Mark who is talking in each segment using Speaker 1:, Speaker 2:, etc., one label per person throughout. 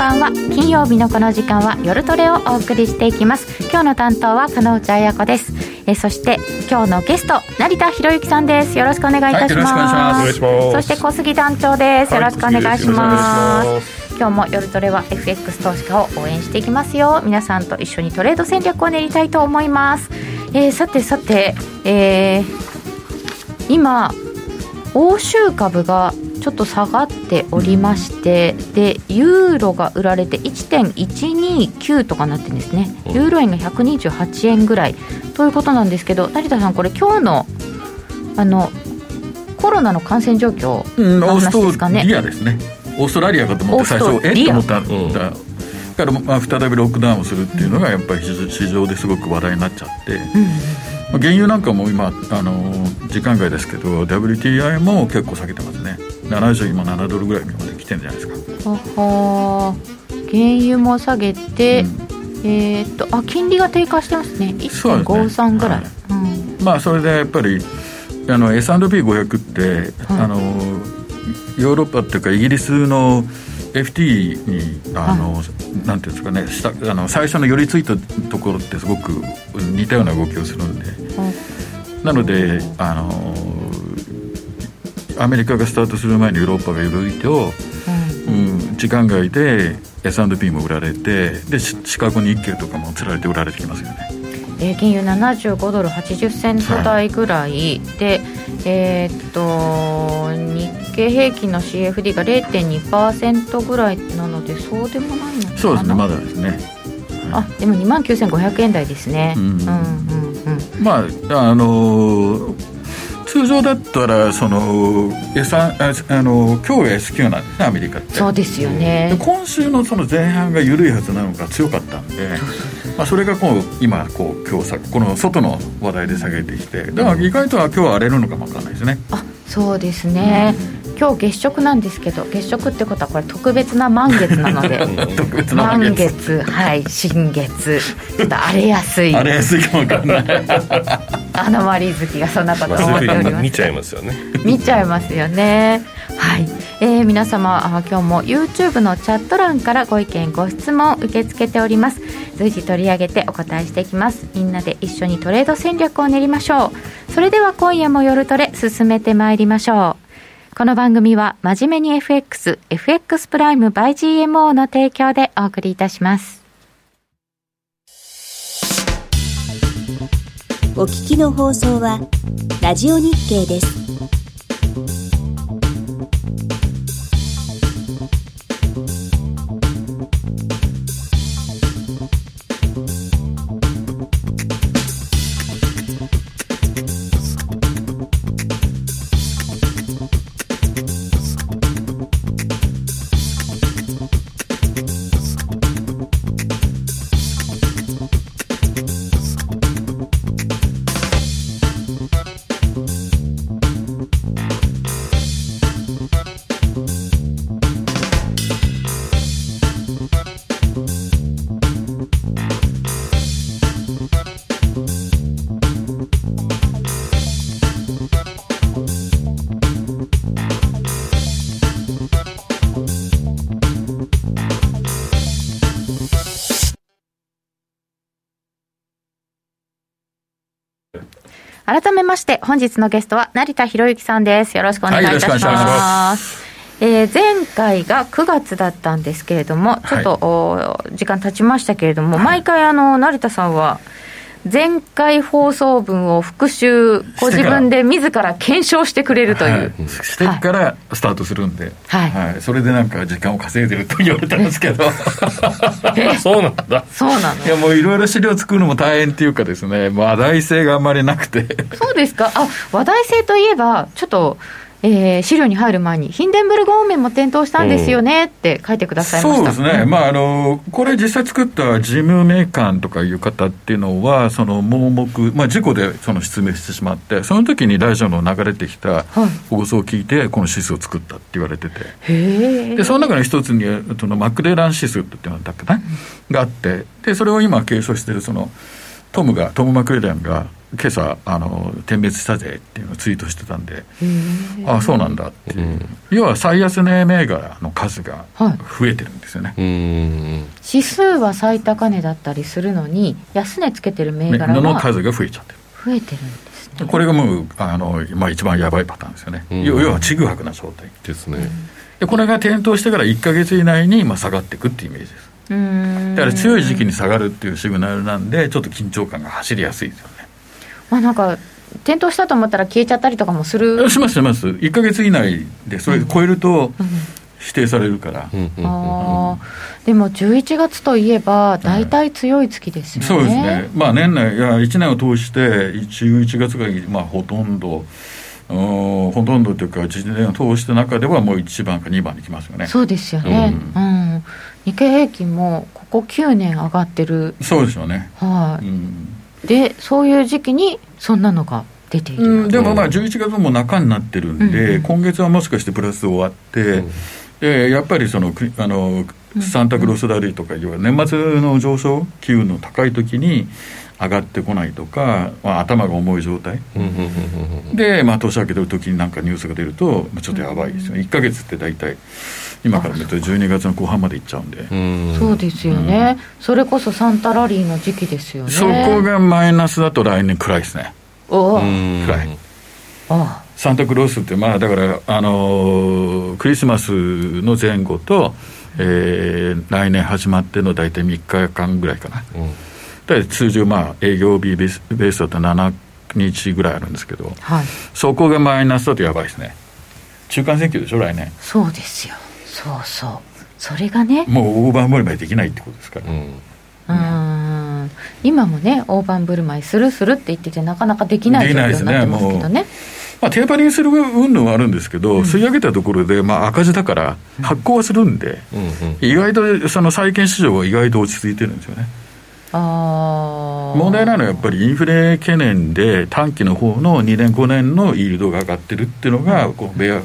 Speaker 1: 金曜日のこの時間は夜トレをお送りしていきます今日の担当は金内彩子ですえそして今日のゲスト成田博之さんですよろしくお願いいたします,、
Speaker 2: はい、よろしくお願いします
Speaker 1: そして小杉団長です、
Speaker 2: はい
Speaker 1: よろしくお願いしま
Speaker 2: 小杉ですよろしくお願いします
Speaker 1: 今日も夜トレは FX 投資家を応援していきますよ皆さんと一緒にトレード戦略を練りたいと思います、えーさてさて、えー今欧州株がちょっと下がっておりまして、でユーロが売られて1.129とかなってるんですね、
Speaker 2: うん
Speaker 1: ユーロ円が128円ぐらいということなんですけど成田さんこれ今日のあのコロナの感染状況
Speaker 3: うん、
Speaker 1: の
Speaker 3: オー
Speaker 1: 話です
Speaker 3: ス
Speaker 1: か
Speaker 3: ト
Speaker 1: ね、
Speaker 3: リアですねオーストラリアかと思
Speaker 1: オー
Speaker 3: って
Speaker 1: ス
Speaker 3: 最
Speaker 1: ト
Speaker 3: 初えっ
Speaker 1: リ
Speaker 3: と
Speaker 1: ア
Speaker 3: 思ったんだから、まあ、再びロックダウンをするっていうのがやっぱり市市場ですごく話題になっちゃって、
Speaker 1: うん
Speaker 3: まあ、原油なんかも今あのー時間外ですけど WTI も結構下げてますね70今7ドルぐらいまで来てるんじゃないですか、
Speaker 1: はは原油も下げて、えーっとあ金利が低下してますね
Speaker 3: そうですね
Speaker 1: 1.53ぐらい、
Speaker 3: はい
Speaker 1: うん
Speaker 3: うんまあそれでやっぱりあの S&P500 って、
Speaker 1: はい
Speaker 3: あのヨーロッパっていうかイギリスの FT にあの、なんていうんですかね下あの最初の寄り付いたところってすごく似たような動きをするんでなのであのアメリカがスタートする前にヨーロッパが寄り付いてを、うん、時間外で S&P も売られてでシシカゴ日経とかもつられて売られてきますよね。
Speaker 1: えー原油75ドル80セント台ぐらい、でえーっと日経平均の CFD が0.2%ぐらいなのでそうでもないのかな
Speaker 3: そうですねまだですね
Speaker 1: あでも2万9500円台ですね
Speaker 3: うん
Speaker 1: うんうんうん
Speaker 3: まああのー通常だったらその S3 ああのー今日が S q なんですねアメリカって
Speaker 1: そうですよ
Speaker 3: で
Speaker 1: ね
Speaker 3: 今週のその前半が緩いはずなのが強かったんで、まあ、それがこう今こう今日さこの外の話題で下げてきてだから意外とは今日は荒れるのかもわかんないですね
Speaker 1: あそうですね今日月食なんですけど月食ってことはこれ特別な満月なので
Speaker 3: 特別な
Speaker 1: 満
Speaker 3: わけです
Speaker 1: 月はい新月ちょっと荒れやすい
Speaker 3: 荒れやすいかもわかんない
Speaker 1: アノマリー好きがそんなこと
Speaker 2: まあ、
Speaker 1: 思
Speaker 2: そ
Speaker 1: っ
Speaker 2: う
Speaker 1: て
Speaker 2: い
Speaker 1: お
Speaker 2: う
Speaker 1: り
Speaker 2: ふう
Speaker 1: ま
Speaker 2: に
Speaker 1: す
Speaker 2: 見ちゃいますよね。
Speaker 1: 見ちゃいますよね。はい、えー皆様あ今日も YouTube のチャット欄からご意見ご質問受け付けております随時取り上げてお答えしていきますみんなで一緒にトレード戦略を練りましょうそれでは今夜も夜トレ進めてまいりましょうこの番組は真面目に FXFX プライム by GMO の提供でお送りいたします
Speaker 4: お聞きの放送はラジオ日経です。
Speaker 1: 改めまして本日のゲストは成田博之さんですよろしくお願いいたし
Speaker 3: はいよろしくお願いし
Speaker 1: ま、
Speaker 3: ます
Speaker 1: えー前回が9月だったんですけれどもちょっと、お時間経ちましたけれども、毎回あの成田さんは前回放送分を復習ご自分で自ら検証してくれるという、
Speaker 3: はいしてからスタートするんで、
Speaker 1: はい
Speaker 3: それでなんか時間を稼いでると言われたんですけど
Speaker 2: あそうなんだ。
Speaker 1: そうなの
Speaker 3: いやもういろいろ資料作るのも大変っていうかですね話題性があんまりなくて
Speaker 1: そうですかあ話題性といえばちょっと、えー資料に入る前にヒンデンブルグ方面も点灯したんですよねって書いてくださいまし
Speaker 3: そう
Speaker 1: た
Speaker 3: ですね、まああのこれ実際作った事務メーカーとかいう方っていうのはその盲目、まあ、事故でその失明してしまってその時にラジオの流れてき
Speaker 1: は
Speaker 3: た
Speaker 1: い
Speaker 3: 放送を聞いてこの指数を作ったって言われてて、
Speaker 1: へえ
Speaker 3: でその中の一つにそのマクレラン指数ってのだっけながあってでそれを今継承してるそのトムがトム・マクレランが今朝あの点滅したぜっていうのをツイートしてたんで、ああそうなんだって、要は最安値銘柄の数が
Speaker 1: はい
Speaker 3: 増えてるんですよね、
Speaker 2: うん。
Speaker 1: 指数は最高値だったりするのに安値つけてる銘
Speaker 3: ね
Speaker 1: 柄
Speaker 3: の
Speaker 1: が増
Speaker 3: 数が増えちゃってる
Speaker 1: えてるんですね
Speaker 3: これがもうあの、まあ、一番やばいパターンですよね、
Speaker 2: うん
Speaker 3: 要要はちぐはぐな状態
Speaker 2: ですね。
Speaker 3: でこれが点灯してから1か月以内に、まあ、下がっていくっていうイメージです
Speaker 1: うーん
Speaker 3: だから強い時期に下がるっていうシグナルなんでちょっと緊張感が走りやすいですよね
Speaker 1: まあなんか転倒したと思ったら消えちゃったりとかもする、
Speaker 3: しますします1か月以内でそれ超えると否定されるから、
Speaker 2: うんうん
Speaker 1: あーでも11月といえば大体強い月ですよね、
Speaker 3: そうですね、まあ、年内、いや1年を通して、11月が、まあ、ほとんど、うんほとんどというか、1年を通した中では、もう1番か2番にきますよね。
Speaker 1: そうですよね、う
Speaker 3: うん
Speaker 1: 日経平均もここ9年上がってる、
Speaker 3: そうでしょうね。
Speaker 1: は
Speaker 3: うん
Speaker 1: い、でそういう時期にそんなのが出ている、
Speaker 3: でもまあ11月も中になってるんで、
Speaker 1: うん
Speaker 3: 今月はもしかしてプラス終わって、
Speaker 2: ん
Speaker 3: でやっぱりそのくあのサンタクロースラリーとかいう年末の上昇機運の高い時に上がってこないとか、まあ、頭が重い状態、
Speaker 2: うんうんうんうんうん
Speaker 3: で、まあ、年明けてる時になんかニュースが出ると、まあ、ちょっとやばいですよね、1か月って大体今から見ると12月の後半までいっちゃうんで、
Speaker 2: うん
Speaker 1: そうですよね、それこそサンタラリーの時期ですよね
Speaker 3: そこがマイナスだと来年暗いですね
Speaker 1: おお、
Speaker 2: うん
Speaker 3: 暗い、
Speaker 1: あ
Speaker 3: サンタクロースってまあだから、あのークリスマスの前後と、えー来年始まっての大体3日間ぐらいかな
Speaker 2: うん
Speaker 3: だから通常まあ営業日ベースベースだと7日ぐらいあるんですけど
Speaker 1: あはい
Speaker 3: そこがマイナスだとやばいですね中間選挙でしょ来年
Speaker 1: そうですよそうそうそれがね
Speaker 3: もう大盤振る舞いできないってことですから
Speaker 2: うん
Speaker 1: うーん今もね大盤振る舞いするするって言っててなかなかできない
Speaker 3: で
Speaker 1: 状
Speaker 3: きないで
Speaker 1: 況
Speaker 3: す
Speaker 1: に
Speaker 3: ね
Speaker 1: なってますけどね
Speaker 3: まあ、テーパリングする云々はあるんですけど、吸い上げたところで、まあ、赤字だから、発行はするんで、
Speaker 2: うんうん
Speaker 3: 意外とその債券市場は意外と落ち着いてるんですよね。
Speaker 1: ああ
Speaker 3: 問題なのはやっぱりインフレ懸念で、短期の方の2年、5年のイールドが上がってるっていうのが、こうベア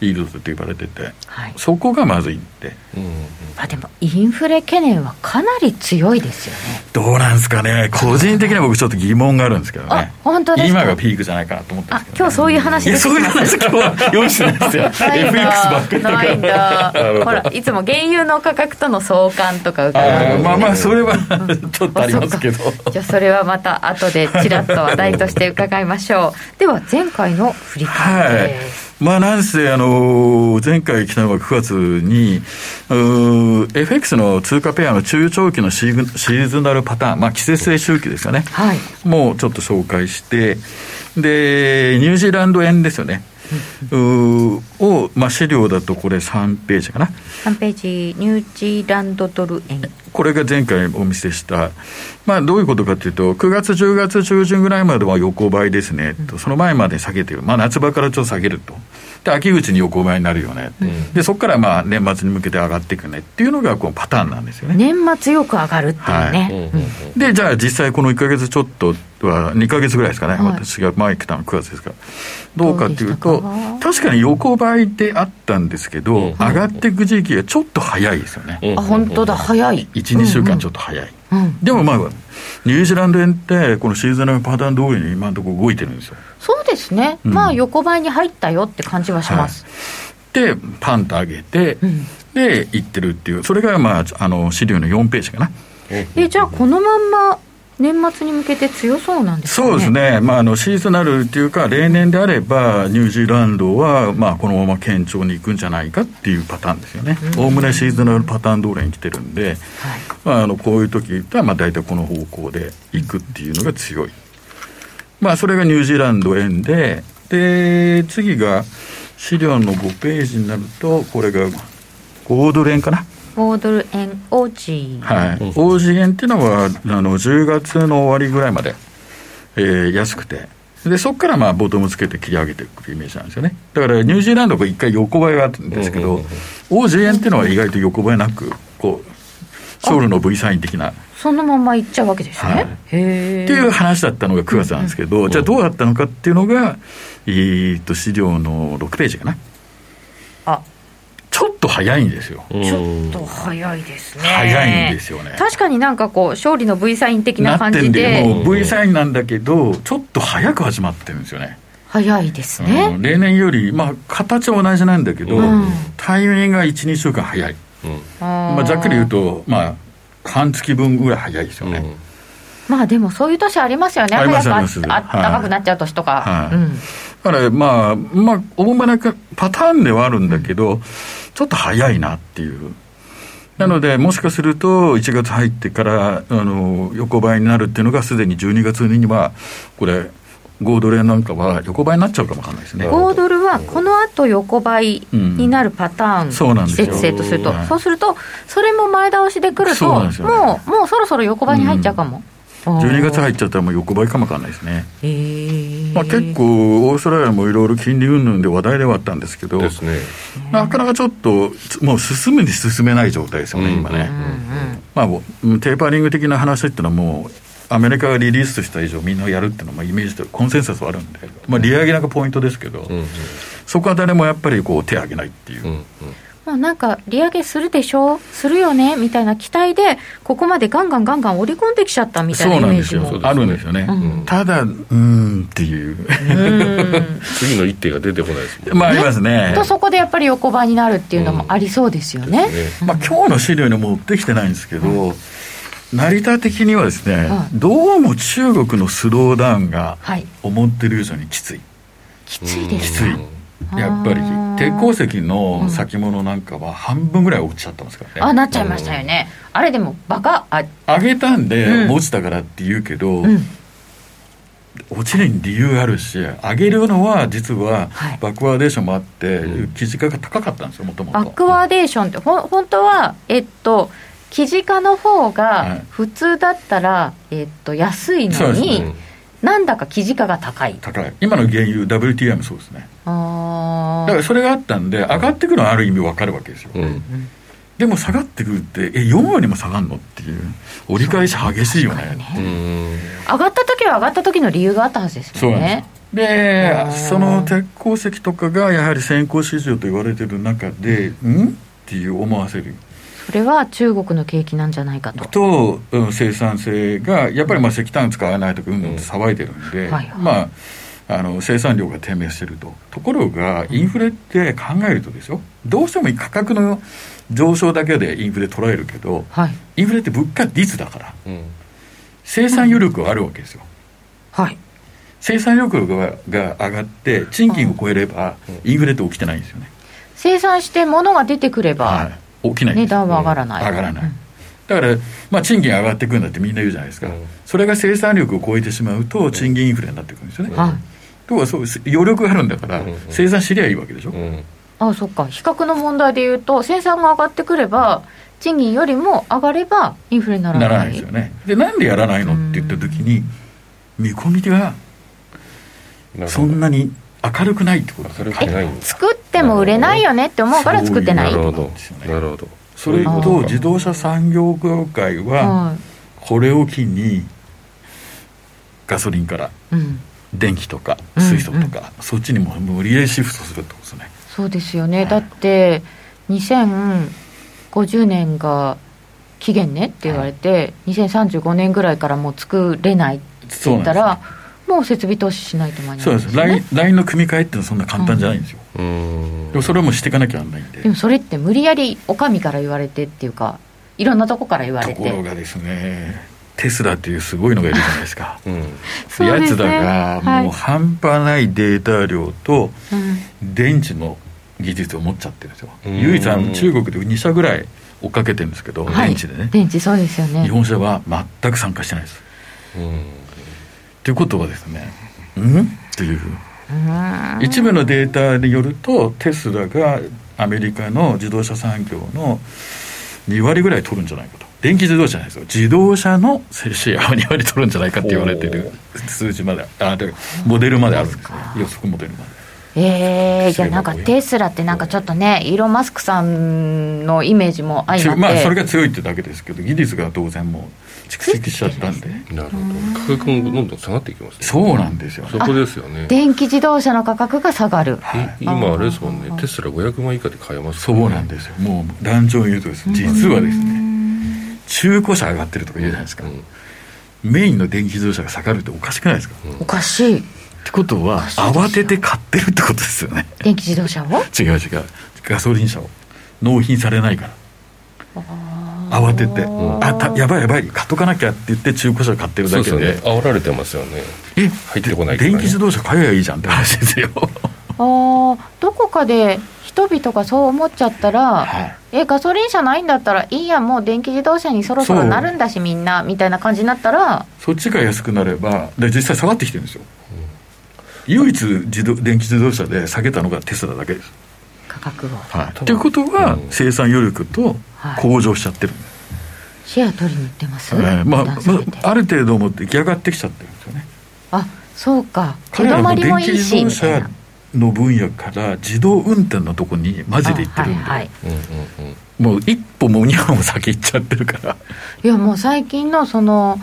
Speaker 3: イールドって呼ばれてて、
Speaker 1: はい
Speaker 3: そこがまずいって、
Speaker 2: うん
Speaker 1: まあ、でもインフレ懸念はかなり強いですよね
Speaker 3: どうなんですかね、個人的には僕、ちょっと疑問があるんですけど
Speaker 1: あ
Speaker 3: ね。
Speaker 1: 本当ですか
Speaker 3: 今がピークじゃないかなと思ってるん
Speaker 1: あ
Speaker 3: ですけど、
Speaker 1: 今日そういう話
Speaker 3: い
Speaker 1: で
Speaker 3: や
Speaker 1: す
Speaker 3: そういう話今日は用意してないですよ FX ばっかりだか
Speaker 1: な
Speaker 3: ら
Speaker 1: いんだほらいつも原油の価格との相関とか伺
Speaker 3: あ
Speaker 1: う
Speaker 3: ー
Speaker 1: んで
Speaker 3: まあまあそれは ちょっとありますけど
Speaker 1: じゃあそれはまた後でちらっと話題として伺いましょうでは前回の振り返
Speaker 3: は
Speaker 1: り
Speaker 3: い
Speaker 1: です、
Speaker 3: まあなんせあの前回来たのが9月にうー FX の通貨ペアの中長期のシーグシーズナルパターンまあ季節性周期ですよね
Speaker 1: はい
Speaker 3: もうちょっと紹介してでニュージーランド円ですよねうーを、まあ、資料だとこれ3ページかな
Speaker 1: 3ページニュージーランドドル円
Speaker 3: これが前回お見せした、まあ、どういうことかというと、9月、10月中旬ぐらいまでは横ばいですねと、その前まで下げてる、まあ、夏場からちょっと下げると、で秋口に横ばいになるよね、でそこからまあ年末に向けて上がっていくねっていうのがこうパターンなんですよね。
Speaker 1: 年末よく上がるっていうね、
Speaker 2: うんうん
Speaker 1: うん
Speaker 3: で、じゃあ実際この1ヶ月ちょっとは、2ヶ月ぐらいですかね、
Speaker 1: はい
Speaker 3: 私が前来たの9月ですから。どうかっていう
Speaker 1: ど
Speaker 3: と
Speaker 1: うでしたか、
Speaker 3: 確かに横ばいであったんですけど、
Speaker 2: うん
Speaker 3: 上がっていく時期がちょっと早いですよね。
Speaker 2: うん
Speaker 1: あ本当だ早い
Speaker 3: 1、2週間ちょ
Speaker 1: っ
Speaker 3: っと早い。
Speaker 1: と、うんうん
Speaker 3: でもまあ、ニュージーランド円って、このシーズナルパターン通りに今のところ動いてるんですよ。
Speaker 1: そうですね、
Speaker 3: うん
Speaker 1: まあ横ばいに入ったよって感じはします、
Speaker 3: で、パンと上げて、
Speaker 1: うん
Speaker 3: で、行ってるっていう、それがまあ、あの資料の4ページかな。
Speaker 1: えじゃあこのまんま年末に向けて強そうなんですかね
Speaker 3: そうですね、まあ、あのシーズナルっていうか、例年であれば、ニュージーランドは、まあ、このまま堅調に行くんじゃないかっていうパターンですよね、おおむねシーズナルパターン通りに来てるんで、まあ、あのこういう時は、まあ、大体この方向で行くっていうのが強い、まあ、それがニュージーランド円で、で次が資料の5ページになると、これがゴールドル円かな。
Speaker 1: 5ドル円オージー
Speaker 3: はい、大次元っていうのはあの10月の終わりぐらいまで、えー安くてでそこからまあボトムつけて切り上げていくイメージなんですよねだからニュージーランドが一回横ばいはあったんですけ
Speaker 2: うんう
Speaker 3: ど
Speaker 2: んうん
Speaker 3: 大次元っていうのは意外と横ばいなくこうソウルの V サイン的なっ
Speaker 1: そのままいっちゃうわけですね、
Speaker 3: はい
Speaker 1: へえ
Speaker 3: ていう話だったのが9月なんですけどじゃあどうだったのかっていうのがえーっと資料の6ページかな
Speaker 1: あ
Speaker 3: ちょっと早いんですよ。
Speaker 1: ちょっと早いですね。
Speaker 3: 早いんですよね
Speaker 1: 確かになんかこう、勝利の V サイン的な
Speaker 3: なっ
Speaker 1: 感
Speaker 3: て
Speaker 1: じ
Speaker 3: ん
Speaker 1: で、
Speaker 3: で、もう V サインなんだけど、ちょっと早く始まってるんですよね。
Speaker 1: 早いです
Speaker 3: う
Speaker 1: ね
Speaker 3: ん。例年より、まあ、形は同じなんだけど、
Speaker 2: うん
Speaker 3: タイミングが1、2週間早い、ま
Speaker 1: ま
Speaker 3: あ、ざっくり言う。と、まあ、半月分ぐらい早いですよね。
Speaker 1: まあでもそういう年ありますよね。
Speaker 3: あり
Speaker 1: 早
Speaker 3: ます
Speaker 1: くあ
Speaker 3: あ
Speaker 1: あ
Speaker 3: り
Speaker 1: っ
Speaker 3: ます
Speaker 1: たかくなっちゃう年とか
Speaker 3: は。い
Speaker 1: うん
Speaker 3: だから、まあ、まあ、大まかパターンではあるんだけど、ちょっと早いなっていう。なので、もしかすると、1月入ってから、あの、横ばいになるっていうのが、すでに12月には、これ、5ドル円なんかは横ばいになっちゃうかもわかんないですね。
Speaker 2: お
Speaker 1: 5ドルはこの後横ばいになるパターン、
Speaker 3: んそうなんで
Speaker 1: 季
Speaker 3: すよ
Speaker 1: 節性とすると、
Speaker 3: はい
Speaker 1: そうすると、それも前倒しで来ると、
Speaker 3: そうなんですよね
Speaker 1: もうもうそろそろ横ばいに入っちゃうかも。
Speaker 3: 12月入
Speaker 1: っ
Speaker 3: っちゃったらもう横ばいかもわかんないですね。
Speaker 1: えー
Speaker 3: まあ、結構、オーストラリアもいろいろ金利云々で話題ではあったんですけど、
Speaker 2: ですね。
Speaker 3: なかなかちょっと、もう進むに進めない状態ですよね、今ね。
Speaker 1: うんうん
Speaker 3: まあ、もううんテーパーリング的な話っていうのはもうアメリカがリリースした以上みんなやるっていうのはまあイメージというかコンセンサスはあるんで、まあ、利上げなんかポイントですけど、そこは誰もやっぱりこう手を挙げないっていう、
Speaker 1: もうなんか、利上げするでしょ、するよねみたいな期待で、ここまでガンガンガンガン織り込んできちゃったみたい
Speaker 3: そ
Speaker 1: な
Speaker 3: う
Speaker 1: イ
Speaker 3: なん
Speaker 1: メー
Speaker 3: です
Speaker 1: ジ
Speaker 3: よ
Speaker 1: も。
Speaker 2: そうですね
Speaker 3: あるんですよね、
Speaker 2: うん
Speaker 3: ただうーんっていう
Speaker 1: うん
Speaker 2: 次の一手が出てこないですもんね。
Speaker 3: まあありますね
Speaker 1: と、そこでやっぱり横ばいになるっていうのもありそうですよね。
Speaker 3: まあ、今日の資料に持ってきてないんですけど、成田的にはですね、
Speaker 1: はい
Speaker 3: どうも中国のスローダウンが
Speaker 1: はい
Speaker 3: 思ってる以上にきつい、
Speaker 1: きついです
Speaker 3: きつい
Speaker 1: か。
Speaker 3: やっぱり
Speaker 1: あー
Speaker 3: 鉄鉱石の先物なんかは半分ぐらい落ちちゃってますからね、
Speaker 1: あなっちゃいましたよね、あれでもバカあ
Speaker 3: 上げたん
Speaker 1: う
Speaker 3: で
Speaker 1: ん
Speaker 3: 落ちたからって言うけど、
Speaker 1: うん
Speaker 3: 落ちるに理由があるし上げるのは実は
Speaker 1: はい
Speaker 3: バックワーデーションもあって、
Speaker 2: うん
Speaker 3: 基準価が高かったんですよもともと
Speaker 1: バックワーデーションってほん本当はえっと記事化の方
Speaker 3: は
Speaker 1: が
Speaker 3: い
Speaker 1: 普通だったら、えっと、安いの
Speaker 3: そうです
Speaker 1: に、
Speaker 3: ね
Speaker 1: なんだか記事化が高い
Speaker 3: 高い今の原油 WTI もそうですね
Speaker 1: あ
Speaker 3: だか
Speaker 1: ー
Speaker 3: らそれがあったんで上がってくのはある意味わかるわけですよ、でも下がってくるってえ4割も下がるのっていう折り返し激しいよね
Speaker 1: 上がった時は上がった時の理由があったはずです
Speaker 3: そう
Speaker 1: よ
Speaker 3: なん
Speaker 1: ね
Speaker 3: ですよで
Speaker 1: あー
Speaker 3: その鉄鉱石とかがやはり先行市場と言われてる中でんっていう思わせる
Speaker 1: それは中国の景気なんじゃないかと
Speaker 3: と、うん生産性がやっぱりまあ石炭使わないとかうんぬんって騒いでるんで、
Speaker 1: うんはいはい
Speaker 3: まああの生産量が低迷してるとところがインフレって考えるとですよどうしても価格の上昇だけでインフレ捉えるけど
Speaker 1: はい
Speaker 3: インフレって物価率だから生産余力はあるわけですよ
Speaker 1: はい
Speaker 3: 生産余力がが上がって賃金を超えればインフレって起きてないんですよね、
Speaker 1: 生産して物が出てくれば、
Speaker 3: はい、起きないんで
Speaker 1: 値
Speaker 3: す
Speaker 1: 段は上がらない、
Speaker 3: 上がらない、
Speaker 1: うん
Speaker 3: だから、まあ、賃金上がっていくんだってみんな言うじゃないですか、
Speaker 2: うん
Speaker 3: それが生産力を超えてしまうと賃金インフレになってくるんですよね、
Speaker 1: はい
Speaker 3: とはそうです余力があるんだから、
Speaker 2: うん
Speaker 3: 生産しりゃいいわけでしょ、
Speaker 1: あそっか比較の問題で言うと生産が上がってくれば賃金よりも上がればインフレにならな
Speaker 3: ないらないですよねでなんでやらないのって言った時に見込みがそんなに明るくないってことですよ
Speaker 2: 明るくないんです
Speaker 1: 作っても売れないよねって思うから作ってな
Speaker 2: ないる
Speaker 1: は
Speaker 2: ほ
Speaker 1: い
Speaker 2: ど。なるほど。
Speaker 3: それと自動車産業業界はこれを機にガソリンから
Speaker 1: うん、
Speaker 3: 電気とか
Speaker 1: うん
Speaker 3: 水素とか、そっちにも無理やりシフトするってことですね
Speaker 1: そうですよねだって2050年が期限ねって言われて、2035年ぐらいからもう作れないって
Speaker 3: そう
Speaker 1: 言
Speaker 3: な
Speaker 1: った
Speaker 3: んですよ
Speaker 1: らもう設備投資しないと間に合
Speaker 3: そう
Speaker 1: わ
Speaker 3: で
Speaker 1: ない
Speaker 3: すラインラインの組み替えっていうのはそんな簡単じゃないんですよ、でもそれもしていかなきゃなんないんで
Speaker 1: でもそれって無理やりお上から言われてっていうかいろんなとこから言われ
Speaker 3: ところ
Speaker 1: て
Speaker 3: がですねテスラっていうすごいのがいるじゃないですか
Speaker 1: そうですね
Speaker 3: やつらがもう半端ないデータ量と
Speaker 1: うん
Speaker 3: 電池の技術を持っちゃってるんですよ
Speaker 2: うん
Speaker 3: 唯一あの中国で2社ぐらい追っかけてるんですけど、
Speaker 1: はい
Speaker 3: 電池でね
Speaker 1: 電池そうですよね
Speaker 3: 日本車は全く参加してないですということはですねうんっていう
Speaker 1: うん
Speaker 3: 一部のデータによるとテスラがアメリカの自動車産業の2割ぐらい取るんじゃないかと電気自動車じゃないですよ自動車のシェアを2割取るんじゃないかって言われてる数字まであでモデルまであるんですね予測モデルまで
Speaker 1: えー、じゃあなんか
Speaker 2: そういうのも多い
Speaker 1: テスラってなんかちょっとねイーロン・マスクさんのイメージも相まって
Speaker 3: まあそれが強いってだけですけど技術が当然もう蓄積しちゃったんで
Speaker 2: なるほど価格もどんどん下がっていきますね
Speaker 3: そうなんですよ
Speaker 2: そこですよね
Speaker 1: 電気自動車の価格が下がる
Speaker 2: い今あれですもんねテスラ500万以下で買えますか
Speaker 3: そ
Speaker 2: らね
Speaker 3: うなんですよもう団長言うとですね実はですね中古車上がってるとか言うじゃないですか、
Speaker 2: うん
Speaker 3: メインの電気自動車が下がるっておかしくないですか、っ
Speaker 1: おかしい
Speaker 3: てことは慌てて買ってるってことですよね
Speaker 1: 電気自動車を
Speaker 3: 違う違うガソリン車を納品されないから慌ててあたやばいやばい買っとかなきゃって言って中古車を買ってる
Speaker 2: そう
Speaker 3: だ
Speaker 2: です
Speaker 3: け
Speaker 2: よね
Speaker 3: で
Speaker 2: 煽られてますよね
Speaker 3: え
Speaker 2: 入ってこないからね
Speaker 3: 電気自動車買えばいいじゃんって話ですよ
Speaker 1: ああどこかで人々がそう思っちゃったら、
Speaker 3: はい
Speaker 1: えガソリン車ないんだったらいいやもう電気自動車にそろそろ
Speaker 3: そう
Speaker 1: なるんだしみんなみたいな感じになったら
Speaker 3: そっちが安くなればで実際下がってきてるんですよ、唯一自動電気自動車で下げたのがテスラだけです
Speaker 1: 価格を
Speaker 3: はいっていうことは
Speaker 2: うん
Speaker 3: 生産余力と
Speaker 1: はい
Speaker 3: 向上しちゃってるんで
Speaker 1: シェア取りに行ってます、
Speaker 3: す、えーまあ、ま
Speaker 1: 段差で
Speaker 3: あある程度も出来上がってきちゃってるんですよね
Speaker 1: あそうか手
Speaker 3: 彼ら
Speaker 1: 止ま
Speaker 3: も
Speaker 1: り
Speaker 3: 電
Speaker 1: も
Speaker 3: 気
Speaker 1: いい
Speaker 3: 自
Speaker 1: し
Speaker 3: 動
Speaker 1: みたい
Speaker 3: 車
Speaker 1: な
Speaker 3: の分野から自動運転のとこにマジで行ってるんで、
Speaker 1: あはいはい
Speaker 2: うんうんうん
Speaker 3: もう一歩も二歩も先行っちゃってるから
Speaker 1: いやもう最近のその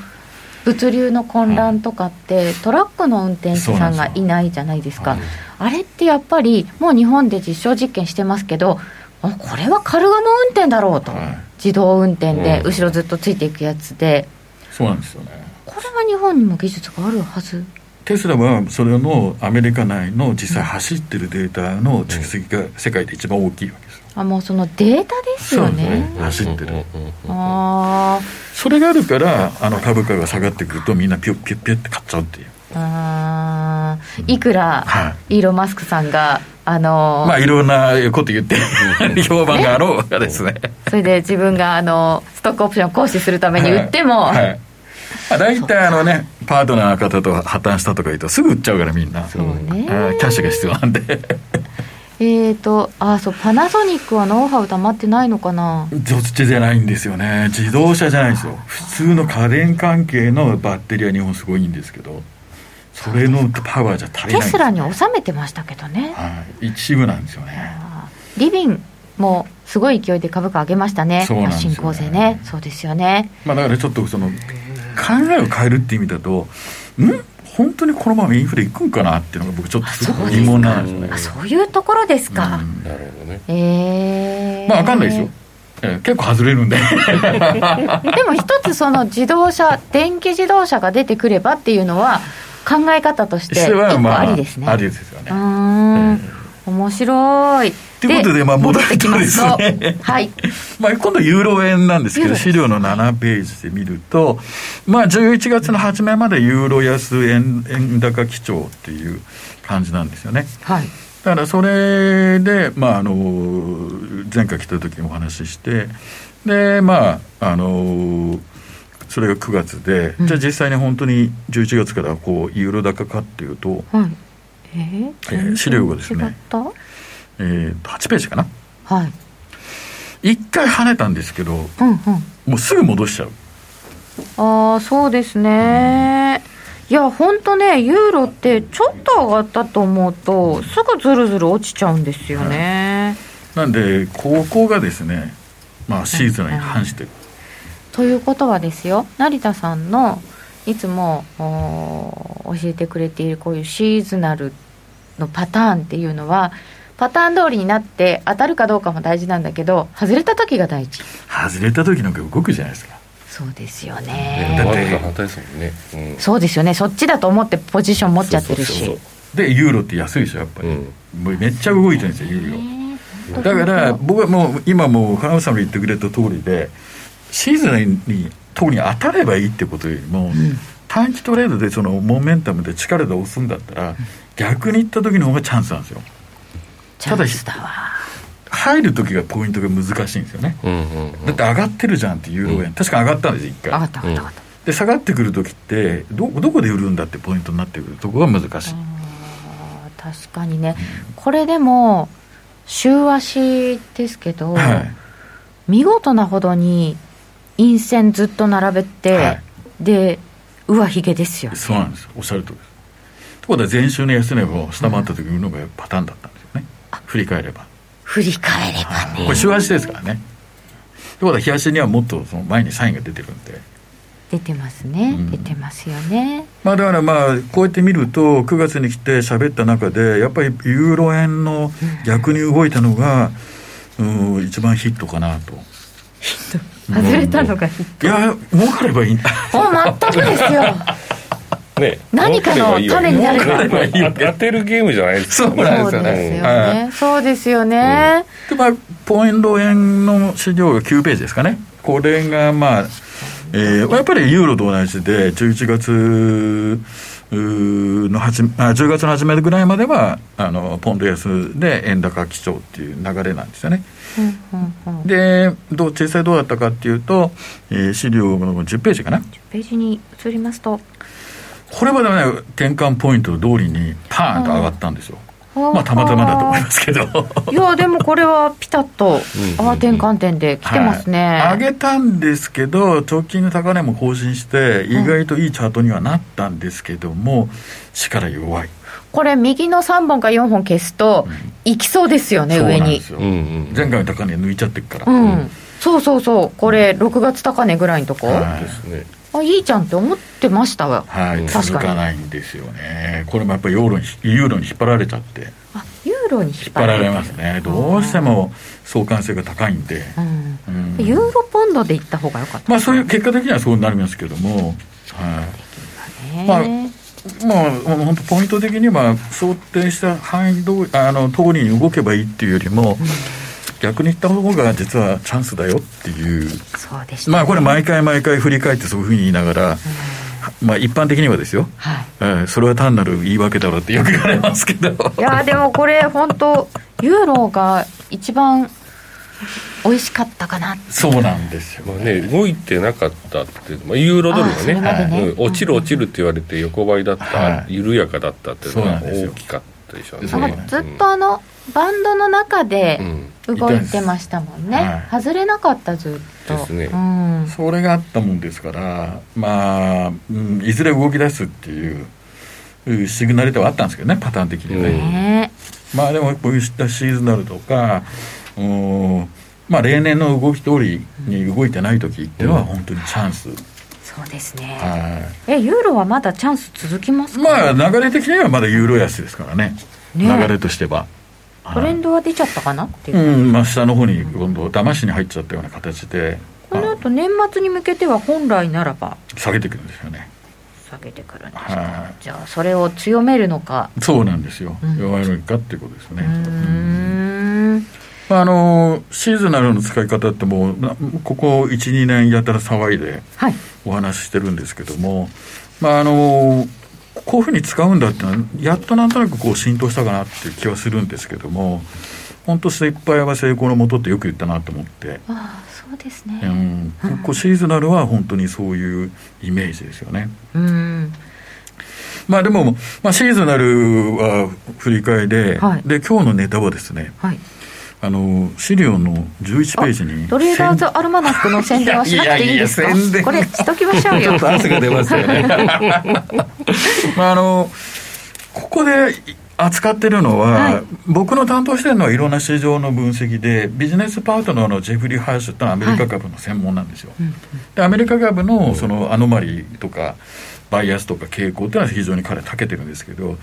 Speaker 1: 物流の混乱とかって、トラックの運転手さんがいないじゃないですか、あれってやっぱりもう日本で実証実験してますけどあこれはカルガモ運転だろうと、
Speaker 3: はい
Speaker 1: 自動運転で
Speaker 2: うん
Speaker 1: 後ろずっとついていくやつで
Speaker 3: そうなんですよね
Speaker 1: これは日本にも技術があるはず
Speaker 3: テスラはそれのアメリカ内の実際走ってるデータの蓄積が世界で一番大きいわけですよ
Speaker 1: あもうそのデータですよ
Speaker 3: そうです
Speaker 1: ね
Speaker 3: ね走ってる
Speaker 2: うんうんうんうん
Speaker 1: あ
Speaker 3: それがあるからあの株価が下がってくるとみんなピュッピュッピュッって買っちゃうっていう
Speaker 1: ーあーいくら
Speaker 3: は
Speaker 1: イーロン・マスクさんがあのー
Speaker 3: まあいろんなこと言って評判があろうがですね
Speaker 1: それで自分があのストックオプションを行使するために売っても、
Speaker 3: はいはいまあ、大体あのねパートナーの方と破綻したとか言うとすぐ売っちゃうからみんな
Speaker 1: そうね
Speaker 3: あーキャッシュが必要なんで
Speaker 1: えーとあそうパナソニックはノウハウ溜まってないのかな
Speaker 3: そっちじゃないんですよね自動車じゃないんですよ普通の家電関係のバッテリーは日本すごいんですけどそれのパワーじゃ足り
Speaker 1: テ
Speaker 3: ないんです
Speaker 1: スラに収めてましたけどね
Speaker 3: はい一部なんですよね
Speaker 1: リビンもすごい勢いで株価上げましたね
Speaker 3: そうなんですよね
Speaker 1: 新興勢ねそうですよね
Speaker 3: まあ、だからちょっとその考えを変えるって意味だとん本当にこのままインフレいくんかなっていうのが僕ちょっとすごく疑問なんですよね
Speaker 1: あそういうところですか、
Speaker 2: なるほどね
Speaker 1: えー
Speaker 3: まあわかんないですよ、ええ結構外れるんで
Speaker 1: でも一つその自動車電気自動車が出てくればっていうのは考え方と して一個ありですね、
Speaker 3: ありですよ
Speaker 1: う
Speaker 3: ね
Speaker 1: ーん、面白い。
Speaker 3: ということでまあ戻ってきますね
Speaker 1: 戻ってきますとはい。
Speaker 3: まあ、今度ユーロ円なんですけ
Speaker 1: ユーロ
Speaker 3: ど
Speaker 1: です
Speaker 3: 資料の7ページで見ると、まあ、11月の初めまでユーロ安円円高基調っていう感じなんですよね
Speaker 1: はい。
Speaker 3: だからそれで、まあ、あの前回来た時にお話ししてでまああのそれが9月で、
Speaker 1: うん
Speaker 3: じゃあ実際に本当に11月からこうユーロ高かっていうと、
Speaker 1: はい。えー
Speaker 3: えー資料がですね
Speaker 1: 全然違っ
Speaker 3: えーと8ページかな
Speaker 1: たはい。
Speaker 3: 1回跳ねたんですけど
Speaker 1: うんうん。
Speaker 3: もうすぐ戻しちゃう
Speaker 1: ああ、そうですね。いや、本当ね、ユーロってちょっと上がったと思うと、すぐずるずる落ちちゃうんですよね。
Speaker 3: なんでここがですね、まあ、シーズンに反して
Speaker 1: ということはですよ成田さんのいつもおー教えてくれているこういうシーズナルのパターンっていうのはパターン通りになって当たるかどうかも大事なんだけど外れた時が大事
Speaker 3: 外れた時なんか動くじゃないですか
Speaker 1: そうですよ
Speaker 2: ね
Speaker 1: ね
Speaker 3: だっ
Speaker 2: ワ
Speaker 3: て
Speaker 2: ールド反対ですもんねうん
Speaker 1: そうですよねそっちだと思ってポジション持っちゃってるし
Speaker 2: そうそう
Speaker 3: でユーロって安いでしょやっぱり、
Speaker 2: うん
Speaker 3: もうめっちゃ動いてるんですよユーロ
Speaker 1: ね
Speaker 3: だから僕はもう今もう金本さんの言ってくれた通りでシーズンに特に当たればいいってことよりも、短期トレードでそのモメンタムで力で押すんだったら逆に行った時の方がチャンスなんですよ
Speaker 1: チャンスだわ
Speaker 3: 入る時がポイントが難しいんですよね
Speaker 2: うんうんうん
Speaker 3: だって上がってるじゃんってユーロ円、確か上がったんですよ一
Speaker 1: 上が
Speaker 3: 回
Speaker 1: った上がった上がった、
Speaker 3: で下がってくる時ってどどこで売るんだってポイントになってくるとこが難しい、
Speaker 1: あー確かにねこれでも週足ですけど、
Speaker 3: はい
Speaker 1: 見事なほどに陰線ずっと並べて、
Speaker 3: はい
Speaker 1: で上髭ですよ
Speaker 3: そうなんですおっしゃる通りですところで前週の安値を下回った時に売るのがパターンだったんですよね、振り返れば
Speaker 1: 振り返ればね
Speaker 3: これ週足ですからね。ということは、日足にはもっとその前にサインが出てるんで、
Speaker 1: 出てますね、
Speaker 3: うん
Speaker 1: 出てますよね
Speaker 3: まあ、だからまあこうやって見ると9月に来て喋った中でやっぱりユーロ円の逆に動いたのがうん一番ヒットかなと
Speaker 1: 外れたのがヒッ
Speaker 3: いや儲かればいいんだ
Speaker 1: トお全くですよ
Speaker 2: ね
Speaker 1: 何かの種にな れば
Speaker 2: 儲かればいいよ当てるゲームじゃないです
Speaker 3: そうなんです
Speaker 1: そ
Speaker 3: よ
Speaker 1: うです
Speaker 3: ね
Speaker 1: よ
Speaker 3: は
Speaker 1: ねそうですよね、
Speaker 3: いでまあポンド円の資料が9ページですかねこれがまあ、えーやっぱりユーロと同じで11月うーの初めあ10月の初めぐらいまではあのポンド安で円高基調っていう流れなんですよね、
Speaker 1: うんうんうん、
Speaker 3: でどう実際どうだったかっていうと、えー資料の10ページかな
Speaker 1: ページに移りますと
Speaker 3: これまでね転換ポイント通りにパーンと上がったんですよ、まあたまたまだと思いますけど
Speaker 1: いやでもこれはピタッと泡転換点で来てますね、
Speaker 3: はい上げたんですけど直近の高値も更新して意外といいチャートにはなったんですけども、力弱い
Speaker 1: これ右の3本か4本消すといきそうですよね、
Speaker 3: そう
Speaker 1: 上
Speaker 3: なんで
Speaker 1: に
Speaker 3: すよ、
Speaker 2: うんうん
Speaker 3: 前回の高値抜いちゃってっから、
Speaker 1: うん、そうそうそうこれ6月高値ぐらいのとこ、
Speaker 3: はい
Speaker 2: ですね
Speaker 1: あいいじゃんって思ってましたわ
Speaker 3: はい、
Speaker 1: 確かに
Speaker 3: 続かないんですよねこれもやっぱりユーロにユーロに引っ張られちゃって
Speaker 1: あユーロに引
Speaker 3: 引
Speaker 1: っ
Speaker 3: っ
Speaker 1: 張
Speaker 3: 張
Speaker 1: ら
Speaker 3: ら
Speaker 1: れ
Speaker 3: れ
Speaker 1: た
Speaker 3: ますねどうしても相関性が高いんで、
Speaker 1: うん
Speaker 3: うん
Speaker 1: ユーロポンドで行った方が良かった
Speaker 3: まあそういう結果的にはそうなりますけども、は
Speaker 1: ね、
Speaker 3: まあい、まあもう本当ポイント的には想定した範囲どあの通りに動けばいいっていうよりも、逆に言った方が実はチャンスだよっていう
Speaker 1: そうでした、
Speaker 3: まあこれ毎回毎回振り返ってそういうふうに言いながら、まあ一般的にはですよ、
Speaker 1: はい
Speaker 3: えーそれは単なる言い訳だろうってよく言われますけど。
Speaker 1: いやーでもこれ本当ユーロが一番美味しかったかな
Speaker 3: そうなんですよ
Speaker 2: まあね、動いてなかったって、まあ、ユーロドル
Speaker 1: あそれ
Speaker 2: が
Speaker 1: ま
Speaker 2: ね
Speaker 1: でね
Speaker 2: うん落ちる落ちるって言われて横ばいだった、
Speaker 3: はい
Speaker 2: 緩やかだったっていうの
Speaker 3: そう
Speaker 2: が
Speaker 3: なんです
Speaker 2: 大
Speaker 3: よ
Speaker 2: きかったでしょうね。
Speaker 3: そ
Speaker 1: な
Speaker 3: う
Speaker 1: か
Speaker 3: んなんです
Speaker 1: ずっとあのバンドの中で
Speaker 2: うん
Speaker 1: 動いてましたもんね、
Speaker 3: は
Speaker 1: 外れなかったずっと
Speaker 2: ですね
Speaker 1: うん、
Speaker 3: それがあったもんですから、まあ、うんいずれ動き出すっていううんシグナルではあったんですけどね、パターン的には
Speaker 2: うん
Speaker 3: ね。
Speaker 1: ね
Speaker 3: まあでも、こういったシーズナルとか、うんまあ、例年の動き通りに動いてない時っていうのは、本当にチャンス、
Speaker 1: そうですね、
Speaker 3: は
Speaker 1: えユーロはまだチャンス続きます
Speaker 3: い
Speaker 1: か、
Speaker 3: まあ、流れ的にはまだユーロ安ですからね、
Speaker 1: ね
Speaker 3: 流れとしては。
Speaker 1: トレン
Speaker 3: ド
Speaker 1: ドは出ちゃったかなっていう、
Speaker 3: うんまあ、下の方に今度、騙しに入っちゃったような形で、
Speaker 1: この後年末に向けては本来ならば
Speaker 3: 下げてくるんですよね。
Speaker 1: 下げてくるんですか、
Speaker 3: は
Speaker 1: じゃあそれを強めるのか
Speaker 3: い、そうなんですよ、
Speaker 1: うん
Speaker 3: 弱いのかっていうことですよ
Speaker 1: う
Speaker 3: ね。
Speaker 1: ーん
Speaker 3: あのシーズナルの使い方ってもうなここ12年やたら騒いで
Speaker 1: はい
Speaker 3: お話ししてるんですけども、まあ、あのこういうふうに使うんだってのはやっとなんとなくこう浸透したかなっていう気はするんですけども本当失敗は成功のもとってよく言ったなと思って、
Speaker 1: ああそうですね、
Speaker 3: うん、ここシーズナルは本当にそういうイメージですよね。
Speaker 1: うん
Speaker 3: まあでも、まあ、シーズナルは振り返りで、
Speaker 1: はい
Speaker 3: で今日のネタはですね
Speaker 1: はい、
Speaker 3: あの資料の11ページに
Speaker 1: トレーダーズアルマナックの宣伝はしなくていいですか
Speaker 3: いやいやいや宣伝
Speaker 1: これしときましょうよ
Speaker 3: が出ますよね。 まああのここで扱ってるのは、
Speaker 1: はい
Speaker 3: 僕の担当してるのはいろんな市場の分析でビジネスパートナーのジェフリー・ハーシュってのはアメリカ株の専門なんですよ。でアメリカ株のそのアノマリーとかバイアスとか傾向っていうのは非常に彼長けてるんですけど、ま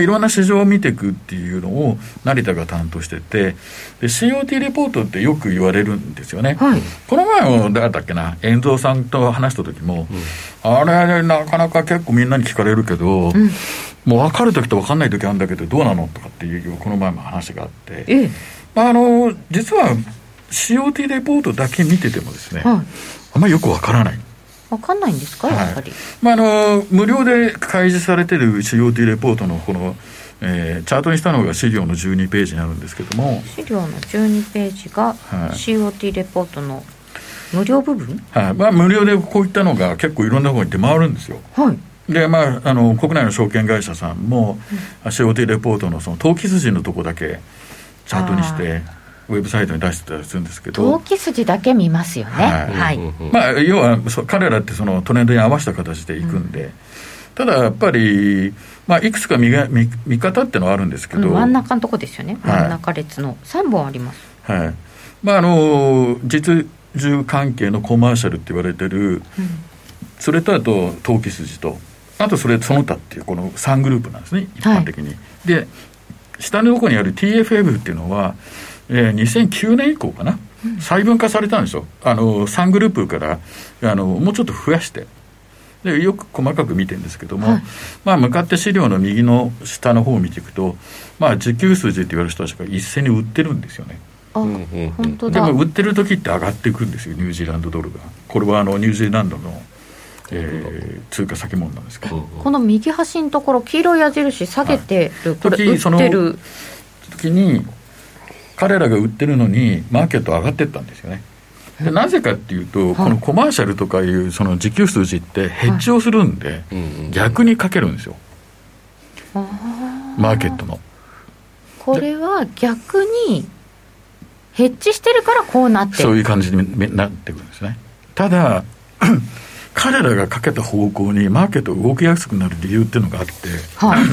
Speaker 3: あ、いろんな市場を見ていくっていうのを成田が担当しててで COT レポートってよく言われるんですよね。
Speaker 1: はい
Speaker 3: この前も誰だっけな遠藤さんと話した時も、あれなかなか結構みんなに聞かれるけど、もう分かる時と分かんない時あるんだけどどうなのとかっていうこの前も話があって、
Speaker 1: ええ
Speaker 3: まあ、あの実は COT レポートだけ見ててもですね、
Speaker 1: はい
Speaker 3: あんまりよく分からない。
Speaker 1: わかんないんですかやっぱり、
Speaker 3: まあ、あの無料で開示されてる COT レポートのこの、えーチャートにしたのが資料の12ページになるんですけども、
Speaker 1: 資料の12ページが
Speaker 3: はい
Speaker 1: COT レポートの無料部分
Speaker 3: はいまあ、無料でこういったのが結構いろんな方に出回るんですよ。
Speaker 1: はい
Speaker 3: でまあ、あの国内の証券会社さんも、COT レポートのその投機筋のとこだけチャートにしてウェブサイトに出してたりするんですけ
Speaker 1: 投
Speaker 3: ど、
Speaker 1: 機筋だけ見ますよね
Speaker 3: はい
Speaker 1: はい、
Speaker 2: うんうんうん
Speaker 3: まあ、要はそう彼らってそのトレンドに合わせた形でいくんで、ただやっぱり、まあ、いくつか見が見見方ってのはあるんですけど、
Speaker 1: うん真ん中のとこですよね
Speaker 3: はい
Speaker 1: 真ん中列の3本あります
Speaker 3: はいまあ、あの実需関係のコマーシャルって言われてるそれとあと投機筋とあとそれその他っていうこの3グループなんですね一般的に、で下のところにある TFF っていうのは、えー2009年以降かな、細分化されたんですよあの3グループからあのもうちょっと増やしてでよく細かく見てるんですけども、
Speaker 1: はい
Speaker 3: まあ、向かって資料の右の下の方を見ていくと、まあ、時給数字って言われる人たちが一斉に売ってるんですよね
Speaker 1: あ、
Speaker 2: うんうんうん
Speaker 1: 本当
Speaker 3: で
Speaker 1: だ
Speaker 3: も売ってる時って上がっていくんですよニュージーランドドルがこれはあのニュージーランドの、えー通貨先物なんですけど、
Speaker 1: この右端のところ黄色い矢印下げてる、これ
Speaker 3: 時
Speaker 1: 売
Speaker 3: その
Speaker 1: ってる
Speaker 3: 時に彼らが売ってるのにマーケット上がってったんですよねでなぜかっていうと、このコマーシャルとかいうその時給数字ってヘッジをするんで、
Speaker 2: うんうん
Speaker 3: 逆にかけるんですよマーケットの
Speaker 1: これは逆にヘッジしてるからこうなって
Speaker 3: そう
Speaker 1: る
Speaker 3: いう感じになってくるんですねただ 彼らがかけた方向にマーケットが動きやすくなる理由っていうのがあって
Speaker 1: はい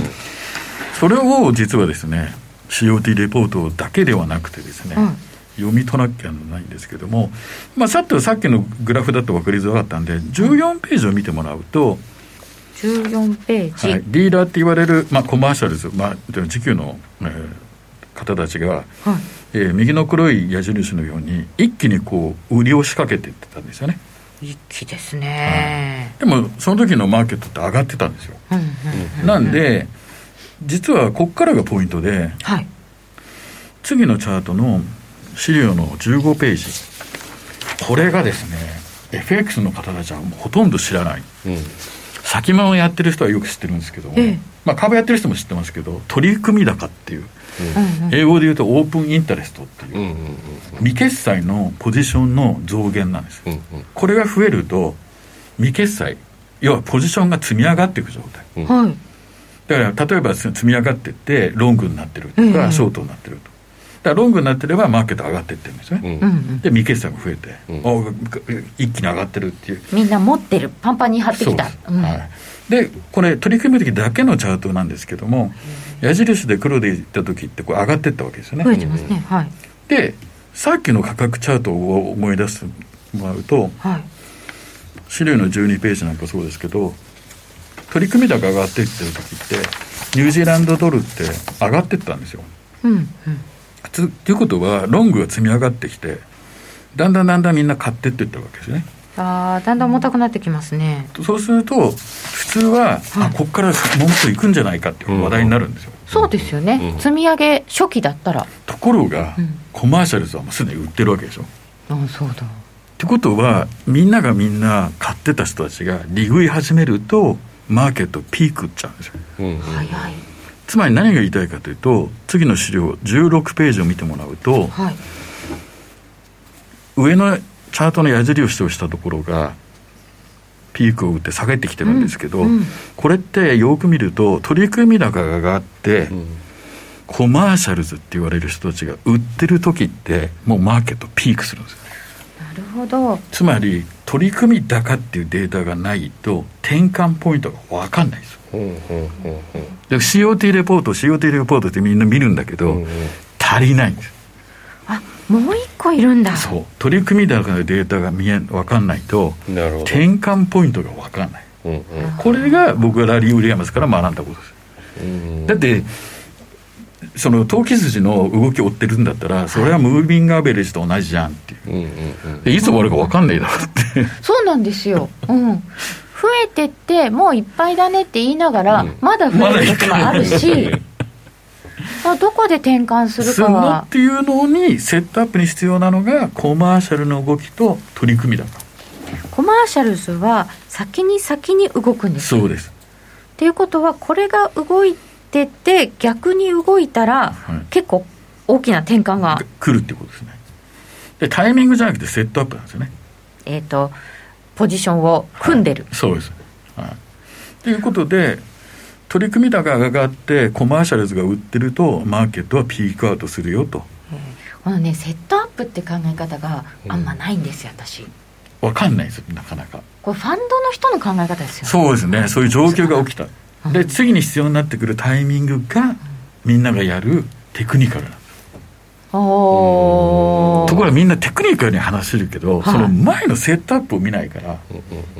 Speaker 3: それを実はですね COT レポートだけではなくてですね、
Speaker 1: うん
Speaker 3: 読み取らなきゃないんですけども、まあ、さっとさっきのグラフだと分かりづらかったんで14ページを見てもらうと、
Speaker 1: 14ページ、
Speaker 3: はい、リーダーって言われる、まあ、コマーシャルズ、まあ、時給の、えー方たちが、
Speaker 1: はい
Speaker 3: えー右の黒い矢印のように一気にこう売りを仕掛けていってたんですよね
Speaker 1: 一気ですね、
Speaker 3: でもその時のマーケットって上がってたんですよ
Speaker 1: うんうん
Speaker 3: なんで実はこっからがポイントで
Speaker 1: はい
Speaker 3: 次のチャートの資料の15ページこれがですね FX の方たちはもうほとんど知らない
Speaker 2: うん
Speaker 3: 先物をやってる人はよく知ってるんですけども、
Speaker 1: ええ
Speaker 3: まあ、株やってる人も知ってますけど取り組み高っていう
Speaker 1: うんうん
Speaker 3: 英語で言うとオープンインタレストっていう
Speaker 2: うんうん
Speaker 3: 未決済のポジションの増減なんです
Speaker 2: うんうん
Speaker 3: これが増えると未決済要はポジションが積み上がっていく状態
Speaker 2: うん
Speaker 1: はい
Speaker 3: だから例えば積み上がってってロングになってると
Speaker 1: うんう
Speaker 3: か
Speaker 1: ん
Speaker 3: ショートになってるとだからロングになってればマーケット上がってってるんですよね、
Speaker 1: うんう
Speaker 2: うん
Speaker 1: ん
Speaker 3: で未決済も増えて、
Speaker 2: うん
Speaker 3: お一気に上がってるっていう
Speaker 1: みんな持ってるパンパンに貼ってきた
Speaker 3: そうです
Speaker 1: うん
Speaker 3: はい、でこれ取り組む時だけのチャートなんですけども矢印で黒でいった時ってこう上がってったわけですよね、
Speaker 1: 増えてますねはい
Speaker 3: でさっきの価格チャートを思い出してもらうと
Speaker 1: はい
Speaker 3: 資料の12ページなんかそうですけど取り組み高上がっていってる時ってニュージーランドドルって上がってったんですよ
Speaker 1: うんうん
Speaker 3: つということはロングが積み上がってきてだんだんだんだんみんな買ってってったわけですね
Speaker 1: あーだんだん重たくなってきますね
Speaker 3: そうすると普通は、あここからもっといくんじゃないかっていう話題になるんですよ、
Speaker 1: そうですよね、
Speaker 2: うん
Speaker 1: 積み上げ初期だったら
Speaker 3: ところが、
Speaker 1: うん
Speaker 3: コマーシャルズはもうすでに売ってるわけでしょっ
Speaker 1: あそうだ
Speaker 3: てことはみんながみんな買ってた人たちが利食い始めるとマーケットピークっちゃうんですよ
Speaker 2: うんうん
Speaker 1: 早い
Speaker 3: つまり何が言いたいかというと次の資料16ページを見てもらうと
Speaker 1: はい
Speaker 3: 上のチャートの矢印をしたところがピークを打って下げてきてるんですけど、
Speaker 1: うんうん
Speaker 3: これってよく見ると取り組み高が上がって、
Speaker 2: うん
Speaker 3: コマーシャルズって言われる人たちが売ってる時ってもうマーケットピークするんですよ
Speaker 1: なるほど
Speaker 3: つまり取り組み高っていうデータがないと転換ポイントが分かんないんですよ
Speaker 2: うんうんうんうん
Speaker 3: で COT レポート COT レポートってみんな見るんだけど、
Speaker 2: うんうん
Speaker 3: 足りないんです
Speaker 1: あもう一個いるんだ
Speaker 3: そう取り組み高のデータが見え分かんないと
Speaker 2: なるほど
Speaker 3: 転換ポイントが分かんない
Speaker 2: うんうん
Speaker 3: これが僕がラリー・ウィリアムスから学んだことです
Speaker 2: うん
Speaker 3: だってその投機筋の動きを追ってるんだったらそれはムービングアベレージと同じじゃんっていう
Speaker 2: うんうんうん
Speaker 3: でいつ終わるか分かんないだろうって
Speaker 1: そうなんですよ、うん、増えてってもういっぱいだねって言いながら、
Speaker 2: うん
Speaker 1: まだ増える時もあるし、まあどこで転換する
Speaker 3: す
Speaker 1: か
Speaker 3: るの
Speaker 1: は
Speaker 3: っていうのにセットアップに必要なのがコマーシャルの動きと取り組みだか
Speaker 1: コマーシャルズは先に先に動くんで
Speaker 3: ら
Speaker 1: すよ
Speaker 3: そうです
Speaker 1: っていうことはこれが動いてて逆に動いたら、
Speaker 3: はい
Speaker 1: 結構大きな転換が
Speaker 3: が、来るってことですねでタイミングじゃなくてセットアップなんですよね
Speaker 1: えー、とポジションを組んでる、
Speaker 3: そうです。はい、ということで取り組み高が上がってコマーシャルズが売ってるとマーケットはピークアウトするよと
Speaker 1: このねセットアップって考え方があんまないんですよ私
Speaker 3: 分かんないですなかなか
Speaker 1: これファンドの人の考え方ですよね
Speaker 3: そうですねそういう状況が起きた
Speaker 1: うん
Speaker 3: で次に必要になってくるタイミングがみんながやるテクニカルなんです
Speaker 1: おー
Speaker 3: ところがみんなテクニカルに話せるけど、
Speaker 1: はい
Speaker 3: その前のセットアップを見ないから、